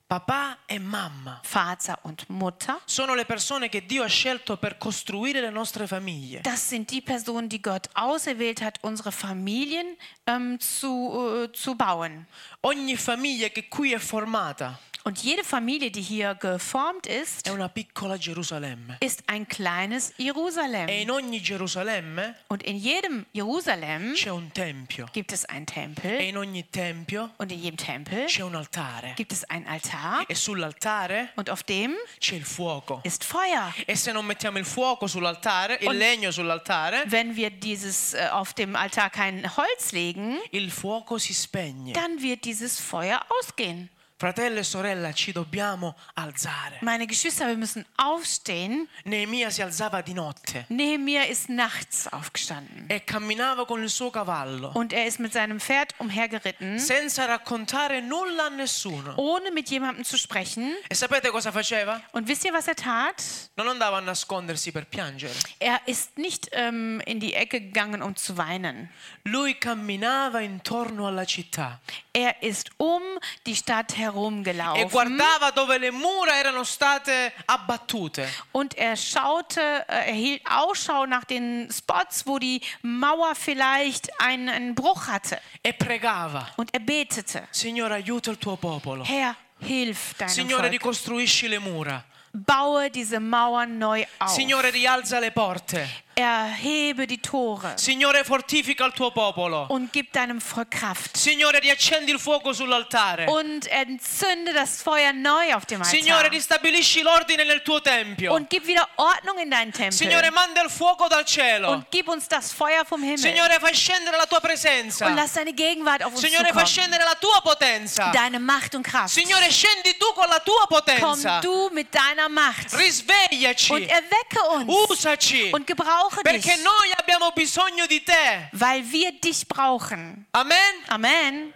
Speaker 1: papà e mamma,
Speaker 2: Vater und Mutter,
Speaker 1: sono le persone che Dio ha scelto per costruire le nostre famiglie.
Speaker 2: das sind die Personen, die Gott auserwählt hat, unsere Familien ähm, zu, äh, zu bauen.
Speaker 1: Ogni famiglia che qui è formata
Speaker 2: Und Und jede Familie, die hier geformt ist,
Speaker 1: è una piccola Gerusalemme.
Speaker 2: ist ein kleines
Speaker 1: E
Speaker 2: Jerusalem.
Speaker 1: in ogni Gerusalemme
Speaker 2: Und in jedem Jerusalem
Speaker 1: c'è un tempio.
Speaker 2: gibt es einen
Speaker 1: E
Speaker 2: Tempel.
Speaker 1: in ogni tempio
Speaker 2: Und in jedem Tempel
Speaker 1: c'è un altare.
Speaker 2: gibt es einen Altar.
Speaker 1: E sull'altare
Speaker 2: Und auf dem
Speaker 1: c'è il fuoco.
Speaker 2: ist Feuer.
Speaker 1: E se non mettiamo il fuoco sull'altare, il
Speaker 2: On-
Speaker 1: legno sull'altare,
Speaker 2: Wenn wir dieses äh, auf dem Altar kein Holz legen,
Speaker 1: il fuoco si spegne.
Speaker 2: dann wird dieses Feuer ausgehen.
Speaker 1: Fratello e sorella, ci dobbiamo alzare.
Speaker 2: Meine Geschwister, wir müssen aufstehen.
Speaker 1: Neemia si alzava di notte
Speaker 2: Neben mir ist nachts aufgestanden.
Speaker 1: e camminava con il suo cavallo,
Speaker 2: Und er ist mit seinem Pferd umhergeritten,
Speaker 1: senza raccontare nulla a nessuno.
Speaker 2: ohne mit jemandem zu sprechen.
Speaker 1: E sapete cosa faceva?
Speaker 2: Und wisst ihr, was er tat?
Speaker 1: Non andava a nascondersi per piangere.
Speaker 2: Er ist nicht ähm, in die Ecke gegangen, um zu weinen.
Speaker 1: Lui camminava intorno alla città
Speaker 2: Er ist um die Stadt
Speaker 1: e
Speaker 2: herumgelaufen
Speaker 1: guardava dove le mura erano state abbattute.
Speaker 2: und er schaute, äh, er hielt Ausschau nach den Spots, wo die Mauer vielleicht einen, einen Bruch hatte.
Speaker 1: e pregava,
Speaker 2: Und er betete,
Speaker 1: Signore aiuta il tuo popolo,
Speaker 2: Herr, hilf deinem
Speaker 1: Signore
Speaker 2: Volk.
Speaker 1: ricostruisci le mura,
Speaker 2: Baue diese Mauern neu auf.
Speaker 1: Signore rialza le porte,
Speaker 2: Erhebe die Tore
Speaker 1: Signore fortifica il tuo popolo,
Speaker 2: und gib deinem Volk Kraft.
Speaker 1: Signore riaccendi il fuoco sull'altare,
Speaker 2: Und entzünde das Feuer neu auf dem
Speaker 1: Signore
Speaker 2: Altar.
Speaker 1: ristabilisci l'ordine nel tuo tempio,
Speaker 2: Und gib wieder Ordnung in deinen Tempel.
Speaker 1: Signore manda il fuoco dal cielo,
Speaker 2: Und gib uns das Feuer vom Himmel.
Speaker 1: Signore fai scendere la tua presenza,
Speaker 2: und lass deine Gegenwart auf uns
Speaker 1: Signore fai
Speaker 2: zukommen.
Speaker 1: scendere la tua potenza,
Speaker 2: Deine Macht und Kraft.
Speaker 1: Signore scendi tu con la tua
Speaker 2: Komm
Speaker 1: potenza,
Speaker 2: du mit deiner Macht und
Speaker 1: risvegliaci,
Speaker 2: erwecke uns
Speaker 1: usaci,
Speaker 2: und gebrauche
Speaker 1: perché
Speaker 2: dich,
Speaker 1: noi abbiamo bisogno di te.
Speaker 2: weil wir dich brauchen.
Speaker 1: Amen.
Speaker 2: Amen.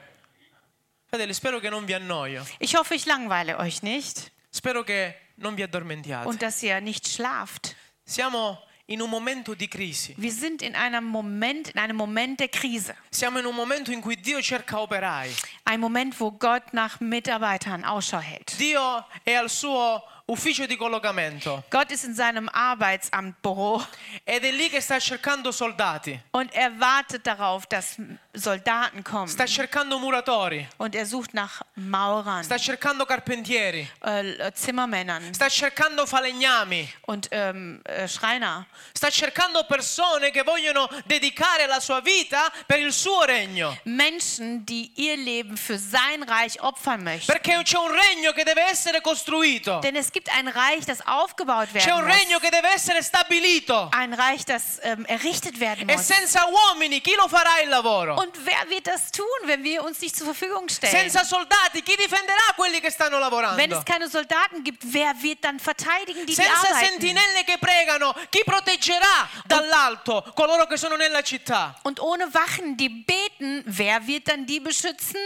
Speaker 1: Fratelli, spero che non vi annoio.
Speaker 2: Ich hoffe, ich langweile euch nicht
Speaker 1: Spero che non vi addormentiate.
Speaker 2: und dass ihr nicht schlaft.
Speaker 1: Siamo in un momento di crisi.
Speaker 2: Wir sind in einem Moment, in einem Moment der Krise.
Speaker 1: Siamo in un momento in cui Dio cerca operai.
Speaker 2: Ein Moment, wo Gott nach Mitarbeitern Ausschau hält.
Speaker 1: Dio è al suo ufficio di collocamento
Speaker 2: Gott ist in seinem Arbeitsamt Büro
Speaker 1: ed è lì che sta cercando soldati,
Speaker 2: und er wartet darauf, dass Soldaten kommen.
Speaker 1: sta cercando muratori,
Speaker 2: Und er sucht nach Maurern,
Speaker 1: sta cercando carpentieri,
Speaker 2: äh, Zimmermännern
Speaker 1: sta cercando falegnami,
Speaker 2: und ähm, äh, Schreiner.
Speaker 1: sta cercando persone che vogliono dedicare la sua vita per il suo regno.
Speaker 2: Menschen, die ihr Leben für sein Reich opfern möchten.
Speaker 1: Perché c'è un regno che deve essere costruito.
Speaker 2: Denn es gibt ein Reich, das aufgebaut
Speaker 1: C'è un
Speaker 2: werden
Speaker 1: regno
Speaker 2: muss.
Speaker 1: che deve essere stabilito.
Speaker 2: Ein Reich, das ähm, errichtet werden
Speaker 1: E
Speaker 2: muss.
Speaker 1: senza uomini chi lo farà il lavoro?
Speaker 2: Und wer wird das tun, wenn wir uns nicht zur Verfügung stellen?
Speaker 1: Senza soldati chi difenderà quelli che stanno
Speaker 2: Wenn es
Speaker 1: lavorando?
Speaker 2: keine Soldaten gibt, wer wird dann verteidigen, die die
Speaker 1: Senza
Speaker 2: arbeiten?
Speaker 1: sentinelle che pregano, chi proteggerà dall'alto coloro che sono nella città?
Speaker 2: Und ohne Wachen, die beten, wer wird dann die beschützen,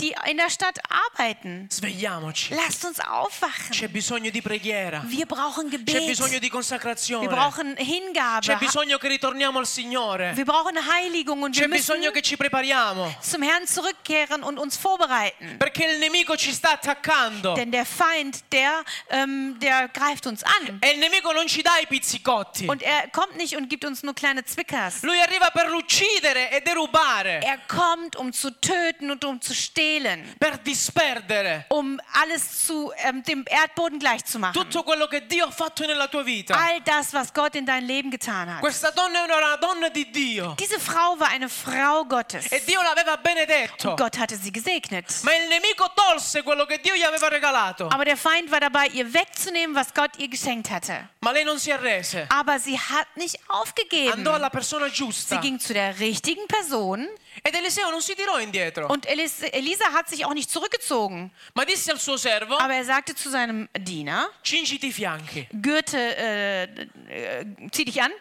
Speaker 2: die in der Stadt arbeiten?
Speaker 1: Svegliamoci.
Speaker 2: Lasst uns aufwachen.
Speaker 1: C'è bisogno di preghiera,
Speaker 2: Wir brauchen
Speaker 1: c'è
Speaker 2: Gebet.
Speaker 1: bisogno di
Speaker 2: Wir
Speaker 1: consacrazione,
Speaker 2: brauchen Hingabe.
Speaker 1: c'è bisogno che ritorniamo al Signore,
Speaker 2: Wir brauchen eine Heiligung und
Speaker 1: c'è
Speaker 2: wir müssen
Speaker 1: bisogno che ci prepariamo
Speaker 2: zum Herrn zurückkehren und uns vorbereiten.
Speaker 1: perché il nemico ci sta attaccando
Speaker 2: Denn der Feind, der, ähm, der greift uns an.
Speaker 1: e il nemico non ci dà i pizzicotti.
Speaker 2: Und er kommt nicht und gibt uns nur kleine Zwickers.
Speaker 1: Lui arriva per uccidere e derubare,
Speaker 2: Er kommt, um zu töten und um zu stehlen.
Speaker 1: per disperdere.
Speaker 2: Um alles zu, ähm, dem Erdboden gleichzumachen.
Speaker 1: tutto quello che Dio ha fatto nella tua vita.
Speaker 2: All das, was Gott in dein Leben getan hat.
Speaker 1: Questa donna era una donna di Dio
Speaker 2: Diese Frau war eine Frau Gottes.
Speaker 1: e Dio l'aveva benedetto.
Speaker 2: Gott hatte sie gesegnet.
Speaker 1: Ma il nemico tolse quello che Dio gli aveva regalato.
Speaker 2: Aber der Feind war dabei, ihr wegzunehmen, was Gott ihr geschenkt hatte.
Speaker 1: Ma lei non si arrese.
Speaker 2: Aber sie hat nicht aufgegeben.
Speaker 1: Andò alla persona
Speaker 2: Sie
Speaker 1: giusta.
Speaker 2: ging zu der richtigen Person
Speaker 1: Ed Eliseo non si tirò indietro,
Speaker 2: und Elis Elisa hat sich auch nicht zurückgezogen.
Speaker 1: ma disse al suo servo:
Speaker 2: Aber er sagte zu seinem Diener,
Speaker 1: Cingiti i fianchi,
Speaker 2: Gürte, äh, äh, zieh dich an.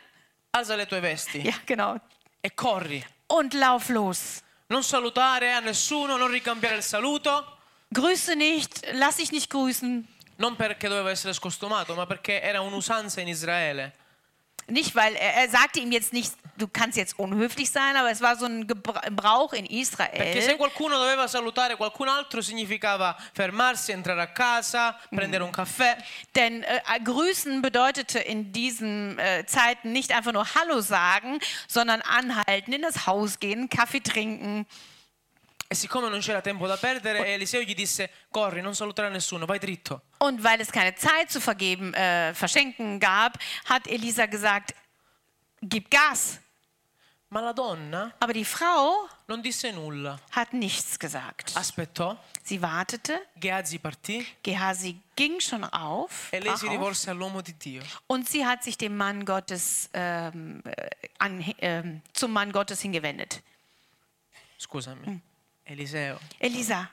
Speaker 1: alza le tue vesti
Speaker 2: Ja, genau.
Speaker 1: e corri.
Speaker 2: Und lauf los.
Speaker 1: Non salutare a nessuno, non ricambiare il saluto.
Speaker 2: Grüße nicht, lass dich nicht grüßen.
Speaker 1: Non perché doveva essere scostumato, ma perché era un'usanza in Israele.
Speaker 2: Nicht, weil er, er sagte ihm jetzt nicht, du kannst jetzt unhöflich sein, aber es war so ein Gebra- Brauch in
Speaker 1: Perché se
Speaker 2: Israel.
Speaker 1: qualcuno doveva salutare qualcun altro significava fermarsi, entrare a casa, prendere un caffè.
Speaker 2: Denn äh, grüßen bedeutete in diesen äh, Zeiten nicht einfach nur Hallo sagen, sondern anhalten, in das Haus gehen, Kaffee trinken.
Speaker 1: E siccome non c'era tempo da perdere, Eliseo gli disse: Corri, non salutare nessuno, vai dritto.
Speaker 2: Und weil es keine Zeit zu vergeben, äh, verschenken gab, hat Elisa gesagt, gib Gas.
Speaker 1: Ma la donna
Speaker 2: Aber die Frau
Speaker 1: non disse nulla.
Speaker 2: hat nichts gesagt.
Speaker 1: Aspettò,
Speaker 2: Sie wartete,
Speaker 1: Gehazi partì
Speaker 2: Gehasi ging schon auf,
Speaker 1: e lei
Speaker 2: brach
Speaker 1: si
Speaker 2: auf
Speaker 1: rivolse all'uomo di Dio.
Speaker 2: und sie hat sich dem Mann Gottes, ähm, äh, an, ähm, zum Mann Gottes hingewendet.
Speaker 1: Scusami, Eliseo,
Speaker 2: Elisa,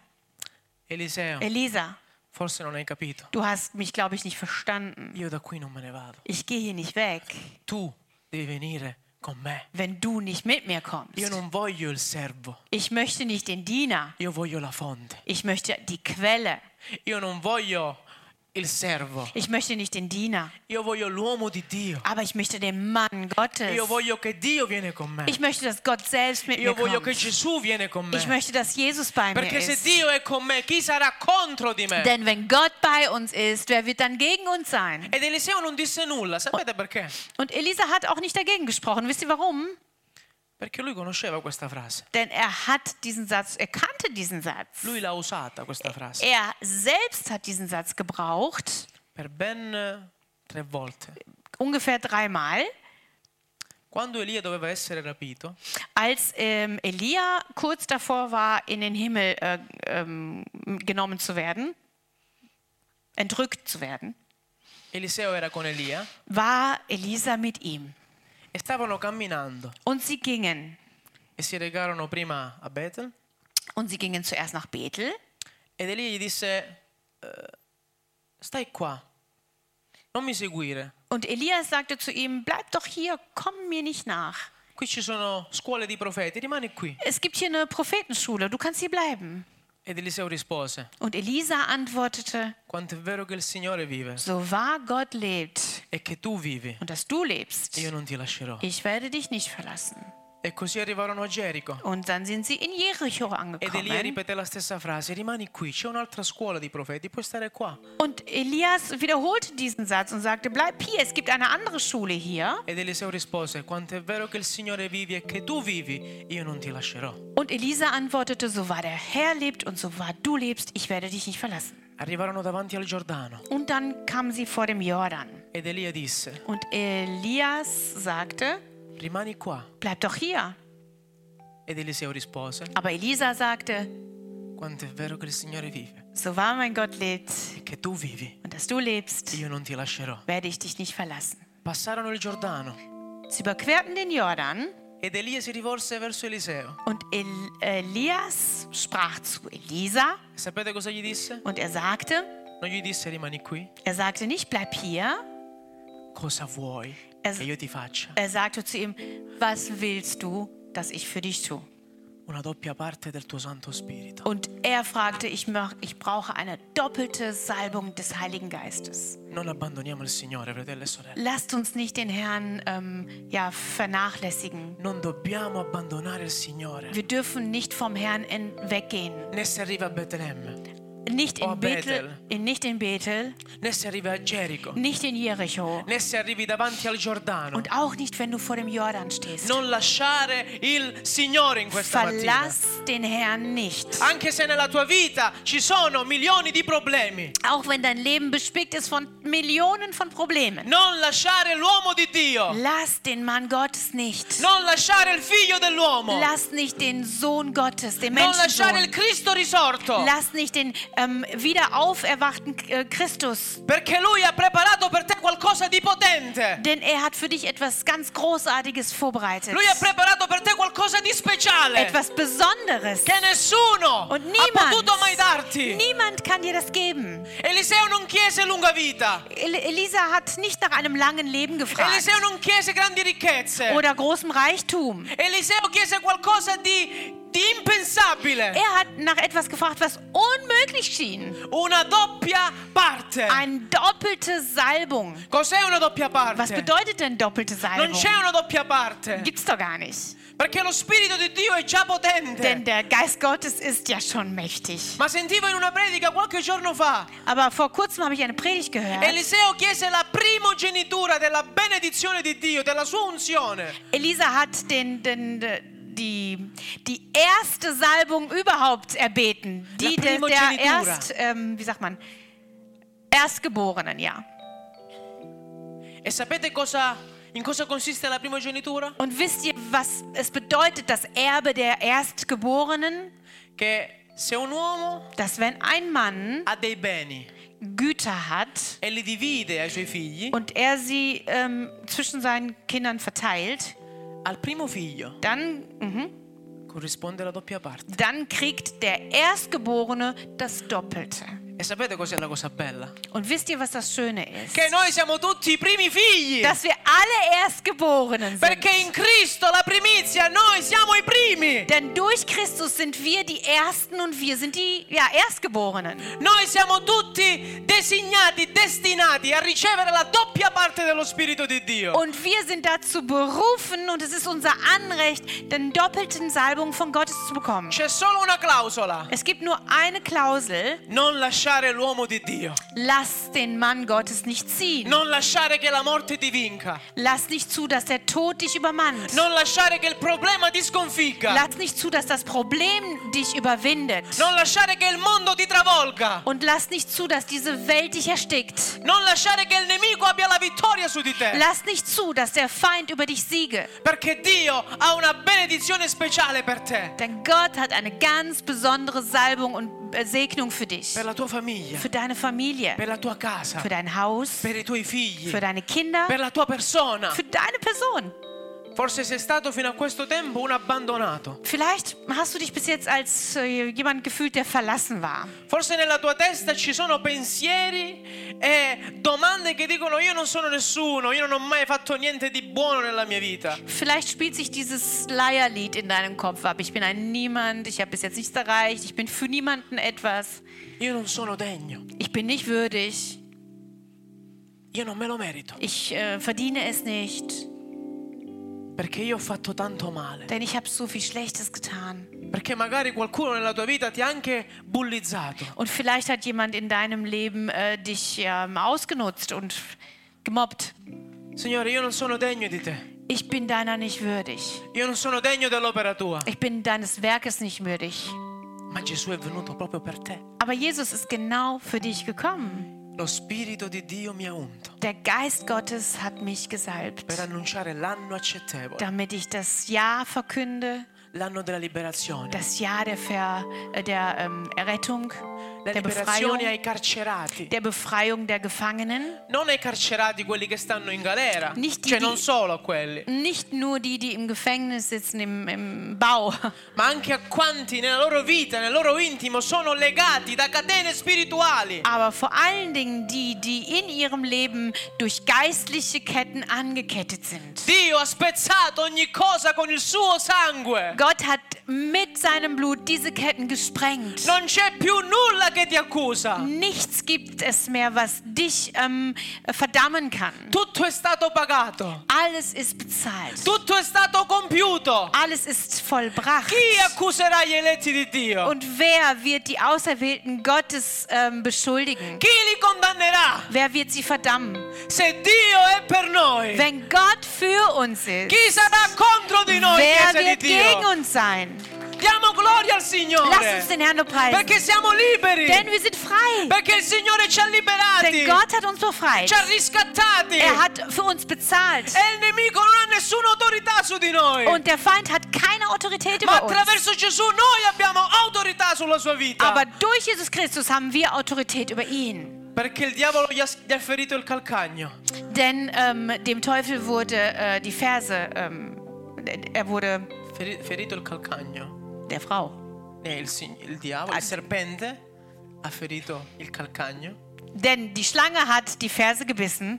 Speaker 1: Eliseo,
Speaker 2: Elisa,
Speaker 1: forse non hai capito.
Speaker 2: du hast mich, glaube ich, nicht verstanden.
Speaker 1: Io da qui non me ne vado.
Speaker 2: Ich gehe hier nicht weg,
Speaker 1: Tu devi venire con me.
Speaker 2: wenn du nicht mit mir kommst.
Speaker 1: Io non voglio il servo,
Speaker 2: Ich möchte nicht den Diener,
Speaker 1: io voglio la fonte.
Speaker 2: ich möchte die Quelle.
Speaker 1: Io non voglio il servo,
Speaker 2: Ich möchte nicht den Diener,
Speaker 1: io voglio l'uomo di Dio.
Speaker 2: aber ich möchte den Mann Gottes.
Speaker 1: Io voglio che Dio viene con me.
Speaker 2: Ich möchte, dass Gott selbst mit
Speaker 1: Io
Speaker 2: mir
Speaker 1: voglio che
Speaker 2: kommt.
Speaker 1: Gesù viene con
Speaker 2: Ich
Speaker 1: me.
Speaker 2: möchte, dass Jesus bei mir
Speaker 1: Perché se
Speaker 2: ist.
Speaker 1: Dio è con me, chi sarà contro di me?
Speaker 2: Denn wenn Gott bei uns ist, wer wird dann gegen uns sein?
Speaker 1: Ed Eliseo non disse nulla, sapete perché?
Speaker 2: Und Elisa hat auch nicht dagegen gesprochen. Wisst ihr warum?
Speaker 1: Perché lui conosceva questa frase.
Speaker 2: Denn er hat diesen Satz, er kannte diesen Satz.
Speaker 1: Lui l'ha usata questa frase
Speaker 2: Er selbst hat diesen Satz gebraucht,
Speaker 1: per ben eh, tre volte.
Speaker 2: ungefähr dreimal.
Speaker 1: Quando Elia doveva essere rapito,
Speaker 2: Als ähm, Elia kurz davor war, in den Himmel äh, ähm, genommen zu werden, entrückt zu werden,
Speaker 1: Eliseo era con Elia
Speaker 2: war Elisa mit ihm.
Speaker 1: e stavano camminando
Speaker 2: Und sie gingen.
Speaker 1: e si recarono prima a Bethel
Speaker 2: Und sie gingen zuerst nach Bethel.
Speaker 1: ed Elia gli disse "Eh, stai qua, non mi seguire,
Speaker 2: Und Elias sagte zu ihm, bleib doch hier, komm mir nicht nach.
Speaker 1: qui ci sono scuole di profeti, rimani qui.
Speaker 2: Es gibt hier eine Prophetenschule, du kannst hier bleiben.
Speaker 1: Ed Eliseo rispose
Speaker 2: Und Elisa antwortete,
Speaker 1: Quanto è vero che il Signore vive
Speaker 2: so wahr Gott lebt
Speaker 1: e che tu vivi,
Speaker 2: und dass du lebst,
Speaker 1: io non ti lascerò.
Speaker 2: ich werde dich nicht verlassen.
Speaker 1: E così arrivarono a Gerico.
Speaker 2: Und dann sind sie in Jericho
Speaker 1: Ed Elia
Speaker 2: angekommen.
Speaker 1: ripeté la stessa frase, rimani qui, c'è un'altra scuola di profeti, puoi stare qua.
Speaker 2: Und Elias wiederholte diesen Satz und sagte, bleib hier, es gibt eine andere Schule hier.
Speaker 1: Ed Eliseo rispose, quanto è vero che il Signore vive e che tu vivi, io non ti lascerò.
Speaker 2: Und Elisa antwortete, so wahr der Herr lebt und so wahr du lebst, ich werde dich nicht verlassen.
Speaker 1: Arrivarono davanti al Giordano
Speaker 2: Und dann kamen sie vor dem Jordan.
Speaker 1: ed Elia disse,
Speaker 2: Und Elias sagte,
Speaker 1: rimani qua.
Speaker 2: bleib doch hier.
Speaker 1: Ed Eliseo rispose,
Speaker 2: Aber Elisa sagte,
Speaker 1: quanto è vero che il Signore vive
Speaker 2: so wahr mein Gott lebt
Speaker 1: e che tu vivi,
Speaker 2: und dass du lebst,
Speaker 1: io non ti lascerò.
Speaker 2: werde ich dich nicht verlassen.
Speaker 1: Passarono il Giordano
Speaker 2: Sie überquerten den Jordan
Speaker 1: ed Elia si rivolse verso Eliseo.
Speaker 2: und El Elias sprach zu Elisa
Speaker 1: E sapete cosa gli disse?
Speaker 2: und er sagte,
Speaker 1: Non gli disse rimani qui,
Speaker 2: er sagte nicht, bleib hier,
Speaker 1: cosa vuoi
Speaker 2: Es-
Speaker 1: che io ti faccia?
Speaker 2: er sagte zu ihm, was willst du, dass ich für dich tue?
Speaker 1: Una doppia parte del tuo Santo Spirito.
Speaker 2: Und er fragte, ich, mach, ich brauche eine doppelte Salbung des Heiligen Geistes.
Speaker 1: Non abbandoniamo il Signore, fratelli e sorelle.
Speaker 2: Lasst uns nicht den Herrn ähm, ja, vernachlässigen.
Speaker 1: Non dobbiamo abbandonare il Signore.
Speaker 2: Wir dürfen nicht vom Herrn in, weggehen.
Speaker 1: Né se arriva a Betlemme,
Speaker 2: Nicht in,
Speaker 1: Oh,
Speaker 2: Bethel,
Speaker 1: Bethel.
Speaker 2: in, nicht in Bethel,
Speaker 1: né se arriva a Gerico,
Speaker 2: nicht in Jericho
Speaker 1: né se arrivi davanti al Giordano.
Speaker 2: und auch nicht, wenn du vor dem Jordan stehst.
Speaker 1: Non lasciare il Signore in questa mattina.
Speaker 2: Verlass den Herrn nicht.
Speaker 1: Anche se nella tua vita ci sono milioni di problemi,
Speaker 2: Auch wenn dein Leben bespickt ist von Millionen von Problemen.
Speaker 1: non lasciare l'uomo di Dio.
Speaker 2: Lass den Mann Gottes nicht.
Speaker 1: Non lasciare il figlio dell'uomo. Non
Speaker 2: Lass nicht den Sohn Gottes, den
Speaker 1: lasciare il
Speaker 2: Menschensohn.
Speaker 1: Cristo risorto.
Speaker 2: Lass nicht den ähm, wieder auferwachten äh, Christus.
Speaker 1: Perché lui ha preparato per te qualcosa di potente.
Speaker 2: Denn er hat für dich etwas ganz Großartiges vorbereitet.
Speaker 1: Lui ha preparato per te qualcosa di speciale.
Speaker 2: Etwas Besonderes.
Speaker 1: Che nessuno
Speaker 2: Und
Speaker 1: ha potuto mai
Speaker 2: Oh, niemand,
Speaker 1: darti.
Speaker 2: niemand kann dir das geben.
Speaker 1: Eliseo non chiese lunga vita.
Speaker 2: El Elisa hat nicht nach einem langen Leben gefragt
Speaker 1: Eliseo non chiese grandi ricchezze.
Speaker 2: oder großem Reichtum.
Speaker 1: Eliseo chiese qualcosa di, di impensabile.
Speaker 2: Er hat nach etwas gefragt, was unmöglich schien.
Speaker 1: Una doppia parte.
Speaker 2: Eine doppelte Salbung.
Speaker 1: Cos'è una doppia
Speaker 2: Was
Speaker 1: parte?
Speaker 2: bedeutet denn doppelte
Speaker 1: Non
Speaker 2: Salbung?
Speaker 1: c'è una doppia parte.
Speaker 2: Gibt's doch gar nicht.
Speaker 1: Perché lo Spirito di Dio è già
Speaker 2: Denn
Speaker 1: potente.
Speaker 2: der Geist Gottes ist ja schon mächtig.
Speaker 1: Ma sentivo in una predica qualche giorno fa.
Speaker 2: Aber vor kurzem habe ich eine Predigt gehört.
Speaker 1: Eliseo chiese la primogenitura della benedizione di Dio, della sua unzione.
Speaker 2: Elisa hat den, den, den, die, die erste Salbung überhaupt erbeten. Die
Speaker 1: La
Speaker 2: der, der
Speaker 1: primogenitura.
Speaker 2: erst, ähm, wie sagt man, Erstgeborenen, ja.
Speaker 1: E sapete cosa, in cosa consiste la primogenitura?
Speaker 2: Und wisst ihr, was es bedeutet, das Erbe der Erstgeborenen?
Speaker 1: Che se un uomo
Speaker 2: Dass wenn ein Mann
Speaker 1: ha dei beni
Speaker 2: Güter hat
Speaker 1: e li divide ai suoi figli,
Speaker 2: und er sie ähm, zwischen seinen Kindern verteilt,
Speaker 1: al primo figlio
Speaker 2: dann, mhm,
Speaker 1: corrisponde la doppia parte.
Speaker 2: dann kriegt der Erstgeborene das Doppelte.
Speaker 1: E sapete cos'è la cosa bella?
Speaker 2: Und wisst ihr, was das Schöne ist?
Speaker 1: Che noi siamo tutti i primi figli.
Speaker 2: Dass wir alle Erstgeborenen sind.
Speaker 1: Perché in Cristo la primizia, noi siamo i primi.
Speaker 2: Denn durch Christus sind wir die Ersten und wir sind die ja, Erstgeborenen.
Speaker 1: Noi siamo tutti designati, destinati a ricevere la doppia parte dello Spirito di Dio.
Speaker 2: Und wir sind dazu berufen und es ist unser Anrecht, den doppelten Salbung von Gottes zu bekommen.
Speaker 1: C'è solo una clausola.
Speaker 2: Es gibt nur eine Klausel,
Speaker 1: Non lasciare l'uomo di Dio.
Speaker 2: lass den Mann Gottes nicht ziehen.
Speaker 1: Non lasciare che la morte ti vinca.
Speaker 2: Lass nicht zu, dass der Tod dich übermannt.
Speaker 1: Non lasciare che il problema ti sconfigga.
Speaker 2: Lass nicht zu, dass das Problem dich überwindet.
Speaker 1: Non lasciare che il mondo ti travolga.
Speaker 2: Und lass nicht zu, dass diese Welt dich erstickt.
Speaker 1: Non lasciare che il nemico abbia la vittoria su di te.
Speaker 2: Lass nicht zu, dass der Feind über dich siege.
Speaker 1: Perché Dio ha una benedizione speciale per te.
Speaker 2: Denn Gott hat eine ganz besondere Salbung und äh, Segnung für dich,
Speaker 1: Per la tua famiglia.
Speaker 2: für deine Familie,
Speaker 1: Per la tua casa.
Speaker 2: für dein Haus,
Speaker 1: Per i tuoi figli.
Speaker 2: für deine Kinder,
Speaker 1: Per la tua persona.
Speaker 2: für deine Person.
Speaker 1: Forse sei stato fino a questo tempo un abbandonato.
Speaker 2: Vielleicht hast du dich bis jetzt als äh, jemand gefühlt, der verlassen war.
Speaker 1: Forse nella tua testa ci sono pensieri e domande che dicono io non sono nessuno, io non ho mai fatto niente di buono nella mia vita.
Speaker 2: Vielleicht spielt sich dieses Leierlied in deinem Kopf ab. Ich bin ein Niemand, ich habe bis jetzt nichts erreicht, ich bin für niemanden etwas,
Speaker 1: Io non sono degno,
Speaker 2: ich bin nicht würdig,
Speaker 1: io non me lo merito,
Speaker 2: ich äh, verdiene es nicht,
Speaker 1: perché io ho fatto tanto male.
Speaker 2: denn ich habe so viel Schlechtes getan.
Speaker 1: Perché magari qualcuno nella tua vita ti ha anche bullizzato.
Speaker 2: Und vielleicht hat jemand in deinem Leben äh, dich ähm, ausgenutzt und gemobbt.
Speaker 1: Signore, io non sono degno di te.
Speaker 2: Ich bin deiner nicht würdig.
Speaker 1: Io non sono degno dell'opera tua.
Speaker 2: Ich bin deines Werkes nicht würdig.
Speaker 1: Ma Gesù è venuto proprio per te.
Speaker 2: Aber Jesus ist genau für dich gekommen.
Speaker 1: Lo Spirito di Dio mi ha unto
Speaker 2: Der Geist Gottes hat mich gesalbt,
Speaker 1: per annunciare l'anno accettevole,
Speaker 2: damit ich das Ja verkünde,
Speaker 1: l'anno della liberazione.
Speaker 2: das Ja der, Ver, äh, der ähm, Errettung,
Speaker 1: La
Speaker 2: der
Speaker 1: liberazione
Speaker 2: Befreiung,
Speaker 1: ai carcerati.
Speaker 2: der Befreiung der Gefangenen.
Speaker 1: Non ai carcerati quelli che stanno in galera.
Speaker 2: Nicht die-
Speaker 1: Cioè non
Speaker 2: die-
Speaker 1: solo a quelli,
Speaker 2: Nicht nur die, die im Gefängnis sitzen, im, im Bau,
Speaker 1: ma anche a quanti nella loro vita, nel loro intimo sono legati da catene spirituali.
Speaker 2: aber vor allen Dingen die, die in ihrem Leben durch geistliche Ketten angekettet sind.
Speaker 1: Dio ha spezzato ogni cosa con il suo sangue.
Speaker 2: Gott hat mit seinem Blut diese Ketten gesprengt.
Speaker 1: Non c'è più nulla che ti accusa.
Speaker 2: Nichts gibt es mehr, was dich ähm, verdammen kann.
Speaker 1: Tutto è stato pagato.
Speaker 2: Alles ist bezahlt.
Speaker 1: Tutto è stato compiuto.
Speaker 2: Alles ist vollbracht.
Speaker 1: Chi accuserà gli eletti di Dio?
Speaker 2: Und wer wird die Auserwählten Gottes ähm, beschuldigen?
Speaker 1: Chi li condannerà?
Speaker 2: Wer wird sie verdammen?
Speaker 1: Se Dio è per noi,
Speaker 2: Wenn Gott für uns ist,
Speaker 1: chi sarà contro di noi,
Speaker 2: wer
Speaker 1: Chiesa di
Speaker 2: wird gegen
Speaker 1: Dio?
Speaker 2: uns sein?
Speaker 1: Diamo gloria al
Speaker 2: Lass uns
Speaker 1: Signore.
Speaker 2: den Herrn nur preisen,
Speaker 1: Perché siamo liberi.
Speaker 2: denn wir sind frei.
Speaker 1: Perché il Signore ci ha liberati.
Speaker 2: Denn Gott hat uns befreit.
Speaker 1: Ci ha riscattati.
Speaker 2: Er hat für uns bezahlt.
Speaker 1: E il nemico non ha nessuna autorità su di noi.
Speaker 2: Und der Feind hat keine Autorität
Speaker 1: Ma
Speaker 2: über uns.
Speaker 1: attraverso Gesù noi abbiamo autorità sulla sua vita.
Speaker 2: Aber durch Jesus Christus haben wir Autorität über ihn.
Speaker 1: Perché il diavolo gli ha, gli ha ferito il calcagno.
Speaker 2: Denn ähm, dem Teufel wurde äh, die Verse, ähm, er wurde
Speaker 1: Feri- ferito il calcagno.
Speaker 2: der Frau.
Speaker 1: Eh, il, sig- il diavolo, il serpente, ha ferito il calcagno.
Speaker 2: Denn die Schlange hat die Verse gebissen,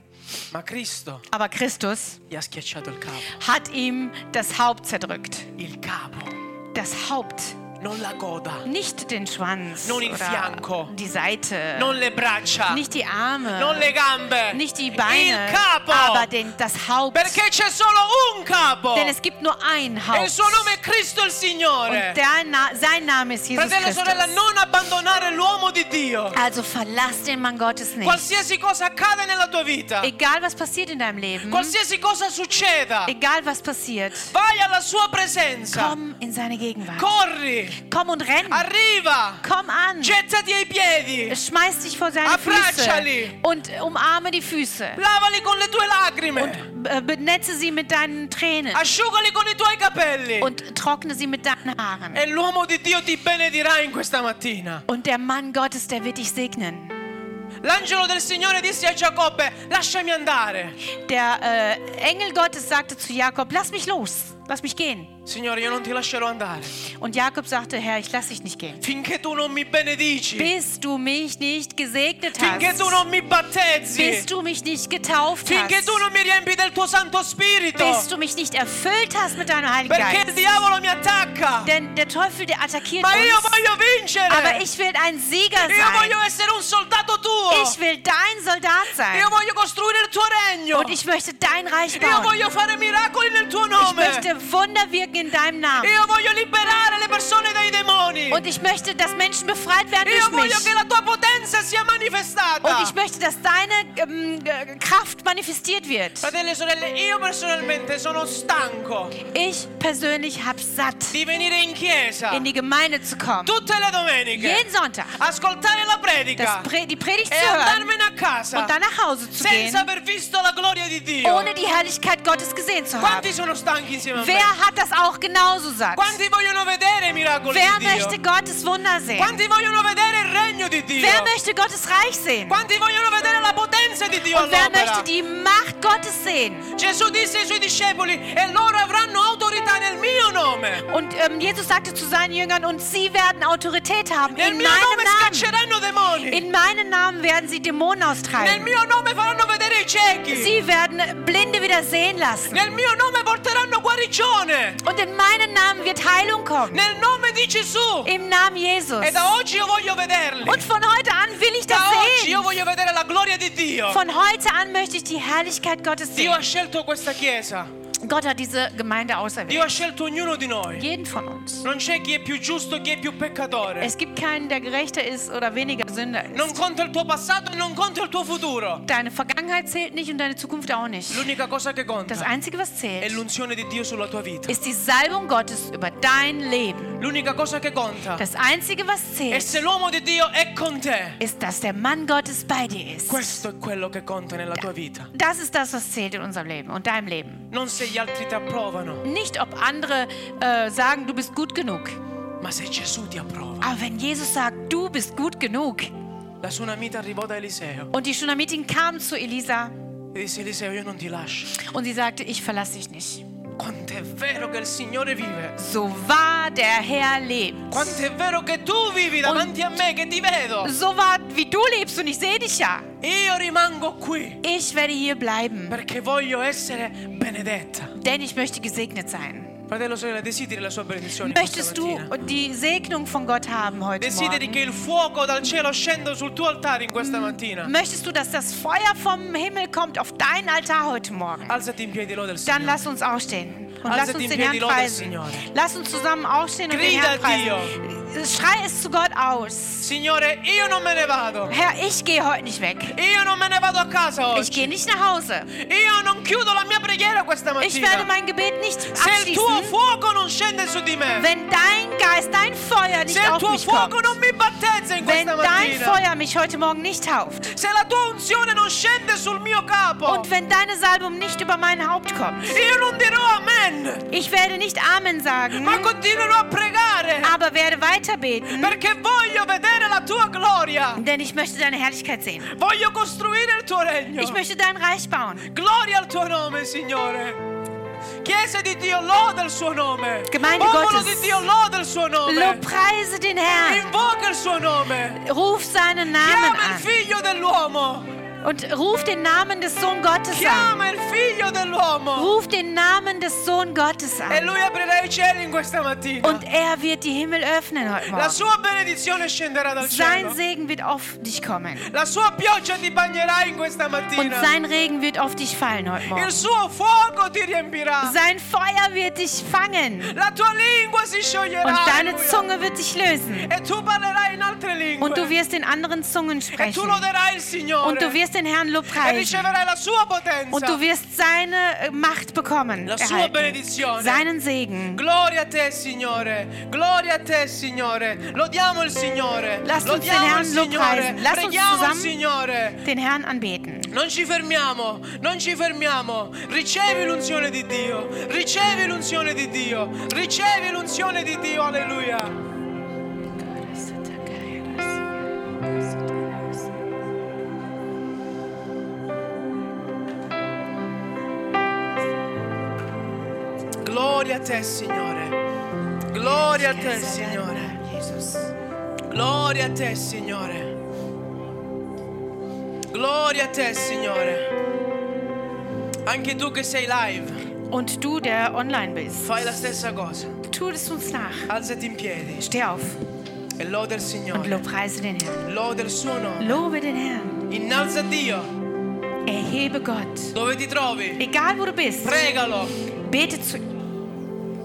Speaker 1: Ma Cristo
Speaker 2: aber Christus
Speaker 1: gli ha schiacciato il capo.
Speaker 2: hat ihm das Haupt zerdrückt.
Speaker 1: Il capo.
Speaker 2: Das Haupt.
Speaker 1: non la coda,
Speaker 2: Nicht den Schwanz
Speaker 1: Non il
Speaker 2: oder
Speaker 1: fianco.
Speaker 2: die Seite,
Speaker 1: non le braccia,
Speaker 2: nicht die Arme,
Speaker 1: non le gambe,
Speaker 2: nicht die Beine,
Speaker 1: il capo,
Speaker 2: aber den, das Haupt.
Speaker 1: perché c'è solo un capo
Speaker 2: Denn es gibt nur ein
Speaker 1: e
Speaker 2: Haupt.
Speaker 1: il suo nome è Cristo il Signore.
Speaker 2: Und der Na sein Name ist Jesus
Speaker 1: Fratello e
Speaker 2: Christus.
Speaker 1: sorella, non abbandonare l'uomo di Dio.
Speaker 2: Also verlass den Mann Gottes nicht.
Speaker 1: Qualsiasi cosa accada nella tua vita,
Speaker 2: Egal was passiert in deinem Leben,
Speaker 1: qualsiasi cosa succeda,
Speaker 2: egal was passiert,
Speaker 1: vai alla sua presenza,
Speaker 2: komm in seine Gegenwart.
Speaker 1: corri,
Speaker 2: Komm und renn.
Speaker 1: arriva,
Speaker 2: Komm an.
Speaker 1: gettati ai piedi,
Speaker 2: Schmeiß dich vor seine Füße
Speaker 1: Abbracciali.
Speaker 2: und umarme die Füße.
Speaker 1: lavali con le tue lacrime,
Speaker 2: B- äh, Benetze sie mit deinen Tränen
Speaker 1: asciugali con i tuoi capelli
Speaker 2: und trockne sie mit deinen Haaren.
Speaker 1: e l'uomo di Dio ti benedirà in questa mattina.
Speaker 2: Und der Mann Gottes, der wird dich segnen.
Speaker 1: L'angelo del Signore disse a Giacobbe, lasciami andare.
Speaker 2: Der äh, Engel Gottes sagte zu Jakob, lass mich los, lass mich gehen.
Speaker 1: Signore, io non ti lascerò andare
Speaker 2: Und Jakob sagte, Herr, ich lass dich nicht gehen.
Speaker 1: finché tu non mi benedici,
Speaker 2: Bis du mich nicht gesegnet
Speaker 1: finché tu
Speaker 2: hast,
Speaker 1: non mi battezzi.
Speaker 2: bis du mich nicht getauft
Speaker 1: Finché
Speaker 2: hast,
Speaker 1: tu non mi riempi del tuo Santo
Speaker 2: bis
Speaker 1: Spirito.
Speaker 2: du mich nicht erfüllt hast mit deinem Heiligen
Speaker 1: Perché il
Speaker 2: Geist.
Speaker 1: diavolo mi attacca.
Speaker 2: Denn der Teufel, der attackiert
Speaker 1: Ma io
Speaker 2: uns.
Speaker 1: voglio
Speaker 2: Aber
Speaker 1: vincere.
Speaker 2: ich will ein Sieger
Speaker 1: Io
Speaker 2: sein.
Speaker 1: voglio essere un soldato tuo.
Speaker 2: Ich will dein Soldat sein.
Speaker 1: Io voglio costruire il tuo regno.
Speaker 2: Und ich möchte dein Reich
Speaker 1: Io
Speaker 2: bauen.
Speaker 1: voglio fare miracoli nel tuo
Speaker 2: Ich
Speaker 1: nome.
Speaker 2: möchte Wunder wirken in deinem Namen.
Speaker 1: Io voglio liberare le persone dai demoni.
Speaker 2: Und ich möchte, dass Menschen befreit werden
Speaker 1: Io
Speaker 2: durch
Speaker 1: voglio
Speaker 2: mich.
Speaker 1: che la tua potenza sia
Speaker 2: Und
Speaker 1: manifestata.
Speaker 2: ich möchte, dass deine ähm, äh, Kraft manifestiert wird.
Speaker 1: Fratelli e sorelle, io personalmente sono stanco
Speaker 2: Ich persönlich habe satt,
Speaker 1: di venire in chiesa
Speaker 2: in die Gemeinde zu kommen.
Speaker 1: tutte le domeniche,
Speaker 2: Jeden Sonntag
Speaker 1: ascoltare la
Speaker 2: das
Speaker 1: predica
Speaker 2: Pre die Predigt
Speaker 1: e
Speaker 2: zu hören
Speaker 1: andarmene a casa
Speaker 2: und dann nach Hause zu
Speaker 1: senza
Speaker 2: gehen,
Speaker 1: aver visto la gloria di Dio.
Speaker 2: ohne die Herrlichkeit Gottes gesehen zu haben.
Speaker 1: Quanti sono stanchi insieme a me?
Speaker 2: Wer hat das auch genauso satt?
Speaker 1: Quanti vogliono vedere i miracoli
Speaker 2: Wer
Speaker 1: di Dio?
Speaker 2: möchte Gottes Wunder sehen?
Speaker 1: Quanti vogliono vedere il regno di Dio?
Speaker 2: Wer möchte Gottes Reich sehen?
Speaker 1: Quanti vogliono vedere la potenza di Dio
Speaker 2: Und wer
Speaker 1: all'opera?
Speaker 2: möchte die Macht Gottes sehen?
Speaker 1: Gesù disse ai suoi discepoli e loro avranno autorità nel mio nome.
Speaker 2: Und ähm, Jesus sagte zu seinen Jüngern, und sie werden Autorität haben
Speaker 1: Nel
Speaker 2: in meinem
Speaker 1: mio nome
Speaker 2: Namen.
Speaker 1: scacceranno demoni.
Speaker 2: In meinem Namen werden sie Dämonen
Speaker 1: Nel
Speaker 2: austreiben.
Speaker 1: mio nome faranno vedere i ciechi.
Speaker 2: Sie werden Blinde wieder sehen lassen.
Speaker 1: Nel mio nome porteranno guarigione.
Speaker 2: Und in meinem Namen wird Heilung kommen.
Speaker 1: Nel nome di Gesù.
Speaker 2: Im Namen Jesus.
Speaker 1: E da oggi io voglio vederli.
Speaker 2: Und von heute an will ich das
Speaker 1: Da oggi io
Speaker 2: sehen.
Speaker 1: voglio vedere la gloria di Dio.
Speaker 2: Von heute an möchte ich die Herrlichkeit Gottes
Speaker 1: Dio
Speaker 2: sehen.
Speaker 1: ha scelto questa chiesa.
Speaker 2: Gott hat diese Gemeinde
Speaker 1: Dio
Speaker 2: auserwählt.
Speaker 1: ha scelto ognuno di noi.
Speaker 2: Jeden von uns.
Speaker 1: Non c'è chi è più giusto, chi è più peccatore.
Speaker 2: Es gibt keinen, der gerechter ist oder weniger Sünder
Speaker 1: Non
Speaker 2: ist.
Speaker 1: conta il tuo passato e non conta il tuo futuro.
Speaker 2: Deine Vergangenheit zählt nicht und deine Zukunft auch nicht.
Speaker 1: L'unica cosa che
Speaker 2: Das
Speaker 1: conta
Speaker 2: Einzige, was
Speaker 1: è
Speaker 2: zählt,
Speaker 1: l'unzione di Dio sulla tua vita.
Speaker 2: ist die Salbung Gottes über dein Leben.
Speaker 1: L'unica cosa che conta
Speaker 2: Das Einzige, was
Speaker 1: è
Speaker 2: zählt,
Speaker 1: se l'uomo di Dio è con te.
Speaker 2: ist, dass der Mann Gottes bei dir ist.
Speaker 1: Questo è quello che conta nella tua vita.
Speaker 2: Das ist das, was zählt in unserem Leben und deinem Leben.
Speaker 1: Non se gli altri ti approvano,
Speaker 2: Nicht, ob andere äh, sagen, du bist gut genug.
Speaker 1: ma se Gesù ti approva.
Speaker 2: Aber wenn Jesus sagt, du bist gut genug,
Speaker 1: La Sunamita arrivò da Eliseo
Speaker 2: Und die Schunamitin kam zu Elisa
Speaker 1: e disse Eliseo io non ti lascio.
Speaker 2: und sie sagte, ich verlasse dich nicht.
Speaker 1: Quanto è vero che il Signore vive.
Speaker 2: So wahr der Herr lebt.
Speaker 1: Quanto è vero che tu vivi davanti a me, che ti vedo.
Speaker 2: So wahr wie du lebst und ich sehe dich ja.
Speaker 1: Io rimango qui
Speaker 2: Ich werde hier bleiben,
Speaker 1: perché voglio essere benedetta.
Speaker 2: denn ich möchte gesegnet sein.
Speaker 1: Fratello, sorella, desideri la sua benedizione.
Speaker 2: Möchtest
Speaker 1: Questa
Speaker 2: du
Speaker 1: mattina.
Speaker 2: die Segnung von Gott haben heute
Speaker 1: Desideri che
Speaker 2: Morgen?
Speaker 1: il fuoco dal cielo scenda sul tuo altare in questa mattina.
Speaker 2: Möchtest du, dass das Feuer vom Himmel kommt auf deinen Altar heute Morgen?
Speaker 1: Alzati in piedi, lo del
Speaker 2: Dann
Speaker 1: Signore.
Speaker 2: lass uns aufstehen und
Speaker 1: Also
Speaker 2: lass uns
Speaker 1: dem
Speaker 2: den
Speaker 1: wir
Speaker 2: Herrn
Speaker 1: die Lobes,
Speaker 2: preisen.
Speaker 1: Signore.
Speaker 2: Lass uns zusammen aufstehen und den
Speaker 1: Grida
Speaker 2: Herrn preisen. Schrei es zu Gott aus.
Speaker 1: Signore, io non me ne vado.
Speaker 2: Herr, ich gehe heute nicht weg.
Speaker 1: Io non me ne vado a casa
Speaker 2: Ich
Speaker 1: oggi.
Speaker 2: gehe nicht nach Hause.
Speaker 1: Io non chiudo la mia preghiera questa
Speaker 2: Ich
Speaker 1: mattina.
Speaker 2: werde mein Gebet nicht
Speaker 1: Se il tuo
Speaker 2: abschließen,
Speaker 1: fuoco non scende su di me,
Speaker 2: wenn dein Geist, dein Feuer
Speaker 1: se
Speaker 2: nicht
Speaker 1: il
Speaker 2: auf
Speaker 1: tuo
Speaker 2: mich
Speaker 1: fuoco
Speaker 2: kommt.
Speaker 1: non mi battezza in
Speaker 2: Wenn
Speaker 1: questa
Speaker 2: dein
Speaker 1: mattina,
Speaker 2: Feuer mich heute Morgen nicht tauft.
Speaker 1: se la tua unzione non scende sul mio capo,
Speaker 2: Und wenn deine Salbung nicht über mein Haupt kommt.
Speaker 1: io non dirò amen,
Speaker 2: Ich werde nicht Amen sagen,
Speaker 1: ma continuerò a pregare
Speaker 2: aber werde weiter beten,
Speaker 1: perché voglio vedere la tua gloria.
Speaker 2: denn ich möchte deine Herrlichkeit sehen.
Speaker 1: Voglio costruire il tuo regno.
Speaker 2: Ich möchte dein Reich bauen.
Speaker 1: Gloria al tuo nome, Signore. Chiesa di Dio, loda il suo nome.
Speaker 2: Gemeinde
Speaker 1: Popolo
Speaker 2: Gottes.
Speaker 1: di Dio, loda il suo nome.
Speaker 2: Lobpreise den Herrn.
Speaker 1: Invoca il suo nome.
Speaker 2: Ruf seinen Namen
Speaker 1: Chiama il
Speaker 2: an.
Speaker 1: figlio dell'uomo.
Speaker 2: und ruf den Namen des Sohn Gottes an.
Speaker 1: Chiama il figlio dell'uomo
Speaker 2: Ruf den Namen des Sohn Gottes
Speaker 1: e
Speaker 2: an.
Speaker 1: lui aprirà i cieli in questa mattina.
Speaker 2: Und er wird die Himmel öffnen heute
Speaker 1: La
Speaker 2: Morgen.
Speaker 1: sua benedizione scenderà dal
Speaker 2: Sein
Speaker 1: cielo.
Speaker 2: Segen wird auf dich kommen.
Speaker 1: La sua pioggia ti bagnerà in questa
Speaker 2: Und
Speaker 1: mattina.
Speaker 2: sein Regen wird auf dich fallen heute
Speaker 1: Il
Speaker 2: Morgen.
Speaker 1: suo fuoco ti riempirà.
Speaker 2: Sein Feuer wird dich fangen.
Speaker 1: La tua lingua si
Speaker 2: Und
Speaker 1: scioglierà.
Speaker 2: deine
Speaker 1: alleluia.
Speaker 2: Zunge wird dich lösen.
Speaker 1: E tu parlerai in altre
Speaker 2: Und du
Speaker 1: lingue.
Speaker 2: wirst in anderen Zungen
Speaker 1: E tu
Speaker 2: sprechen.
Speaker 1: loderai il
Speaker 2: Und du
Speaker 1: Signore.
Speaker 2: wirst den Hern
Speaker 1: E
Speaker 2: lobpreisen.
Speaker 1: riceverai la sua
Speaker 2: Und du
Speaker 1: potenza.
Speaker 2: wirst seine äh, Macht bekommen.
Speaker 1: La sua
Speaker 2: Erhalten.
Speaker 1: benedizione.
Speaker 2: Seinen Segen.
Speaker 1: Gloria a te, Signore. Gloria a te, Signore. Lodiamo il Signore.
Speaker 2: Lasst uns den
Speaker 1: Lodiamo il
Speaker 2: Herrn
Speaker 1: Signore.
Speaker 2: lobpreisen. Lasst uns
Speaker 1: Preghiamo il
Speaker 2: zusammen-
Speaker 1: Signore.
Speaker 2: Den Herrn anbeten.
Speaker 1: Non ci fermiamo, non ci fermiamo. Ricevi l'unzione di Dio, ricevi l'unzione di Dio, ricevi l'unzione di Dio, alleluia. Gloria a te, Signore. Gloria a te, Signore. Gloria a te, Signore. Gloria a te, Signore. Anche tu che sei live,
Speaker 2: Und du, der online bist,
Speaker 1: fai la stessa cosa.
Speaker 2: tu es uns nach.
Speaker 1: Alzati in piedi
Speaker 2: Steh auf
Speaker 1: e loda il
Speaker 2: und
Speaker 1: Signore.
Speaker 2: lobpreise den Herrn.
Speaker 1: Loda il suo nome.
Speaker 2: Lobe den Herrn.
Speaker 1: Innalza Dio
Speaker 2: Erhebe Gott.
Speaker 1: dove ti trovi.
Speaker 2: Egal wo du bist,
Speaker 1: Pregalo.
Speaker 2: bete zu ihm.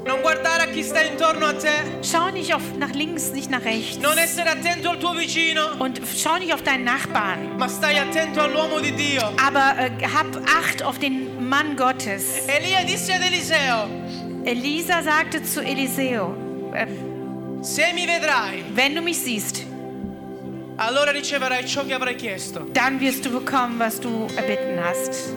Speaker 1: Non guardare a chi sta intorno a te.
Speaker 2: Schau nicht auf, nach links, nicht nach rechts.
Speaker 1: Non essere attento al tuo vicino,
Speaker 2: Und schau nicht auf deinen Nachbarn.
Speaker 1: ma stai attento all'uomo di Dio.
Speaker 2: Aber äh, hab Acht auf den Mann Gottes.
Speaker 1: Elia disse ad Eliseo:
Speaker 2: Elisa sagte zu Eliseo, äh,
Speaker 1: Se mi vedrai,
Speaker 2: wenn du mich siehst,
Speaker 1: allora riceverai ciò che avrai chiesto.
Speaker 2: dann wirst du bekommen, was du erbitten hast.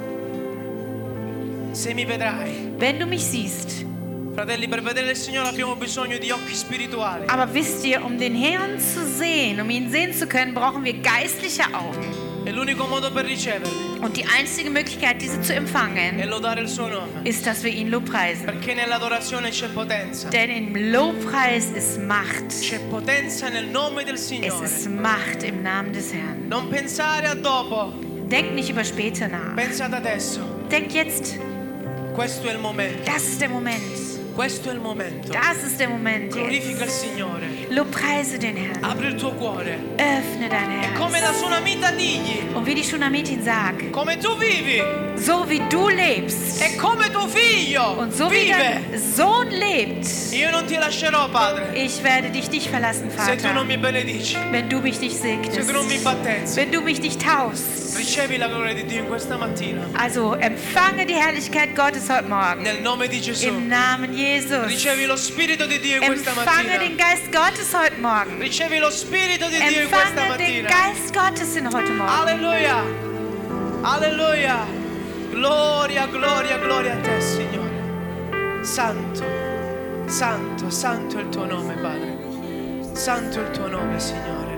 Speaker 1: Se mi vedrai.
Speaker 2: Wenn du mich siehst.
Speaker 1: Fratelli, per vedere il Signore abbiamo bisogno di occhi spirituali.
Speaker 2: Aber wisst ihr, um den Herrn zu sehen, um ihn sehen zu können, brauchen wir geistliche Augen.
Speaker 1: E l'unico modo per riceverli
Speaker 2: Und die einzige Möglichkeit, diese zu
Speaker 1: è
Speaker 2: empfangen,
Speaker 1: lodare il suo nome.
Speaker 2: ist, dass wir ihn lobpreisen.
Speaker 1: Perché nell'adorazione c'è potenza.
Speaker 2: Denn im Lobpreis ist Macht.
Speaker 1: C'è potenza nel nome del
Speaker 2: Es
Speaker 1: Signore.
Speaker 2: ist Macht im Namen des Herrn.
Speaker 1: Non pensare a dopo,
Speaker 2: Denkt nicht über später nach.
Speaker 1: pensa ad adesso.
Speaker 2: Denkt jetzt,
Speaker 1: Questo è il momento.
Speaker 2: das ist der Moment.
Speaker 1: Questo è il momento.
Speaker 2: Das ist der Moment.
Speaker 1: Glorifica
Speaker 2: Jetzt.
Speaker 1: il Signore.
Speaker 2: Lobpreise den Herrn.
Speaker 1: Apri il tuo cuore.
Speaker 2: Öffne dein
Speaker 1: E come la
Speaker 2: Herz.
Speaker 1: tsunamita digli,
Speaker 2: Und wie die Schunamitin sagt,
Speaker 1: come tu vivi e
Speaker 2: so wie du lebst
Speaker 1: come tuo figlio
Speaker 2: und so wie
Speaker 1: vive,
Speaker 2: dein Sohn lebt,
Speaker 1: io non ti lascerò, Padre,
Speaker 2: ich werde dich nicht verlassen,
Speaker 1: se tu non
Speaker 2: Vater,
Speaker 1: mi benedici,
Speaker 2: wenn du mich nicht
Speaker 1: se
Speaker 2: segnest,
Speaker 1: tu non mi battezzi.
Speaker 2: wenn du mich nicht taufst.
Speaker 1: Ricevi la gloria di Dio in questa mattina.
Speaker 2: Also empfange die Herrlichkeit Gottes heute Morgen.
Speaker 1: Nel nome di
Speaker 2: Im
Speaker 1: Gesù.
Speaker 2: Namen Jesus.
Speaker 1: Ricevi lo Spirito di Dio in questa
Speaker 2: Empfange
Speaker 1: mattina.
Speaker 2: den Geist Gottes heute Morgen.
Speaker 1: Ricevi lo Spirito di Dio in questa
Speaker 2: Empfange den
Speaker 1: mattina.
Speaker 2: Geist Gottes in heute Morgen.
Speaker 1: Alleluia. Alleluia. Gloria, gloria, gloria a te, Signore. Santo, santo, santo è il tuo nome, Padre. Santo è il tuo nome, Signore.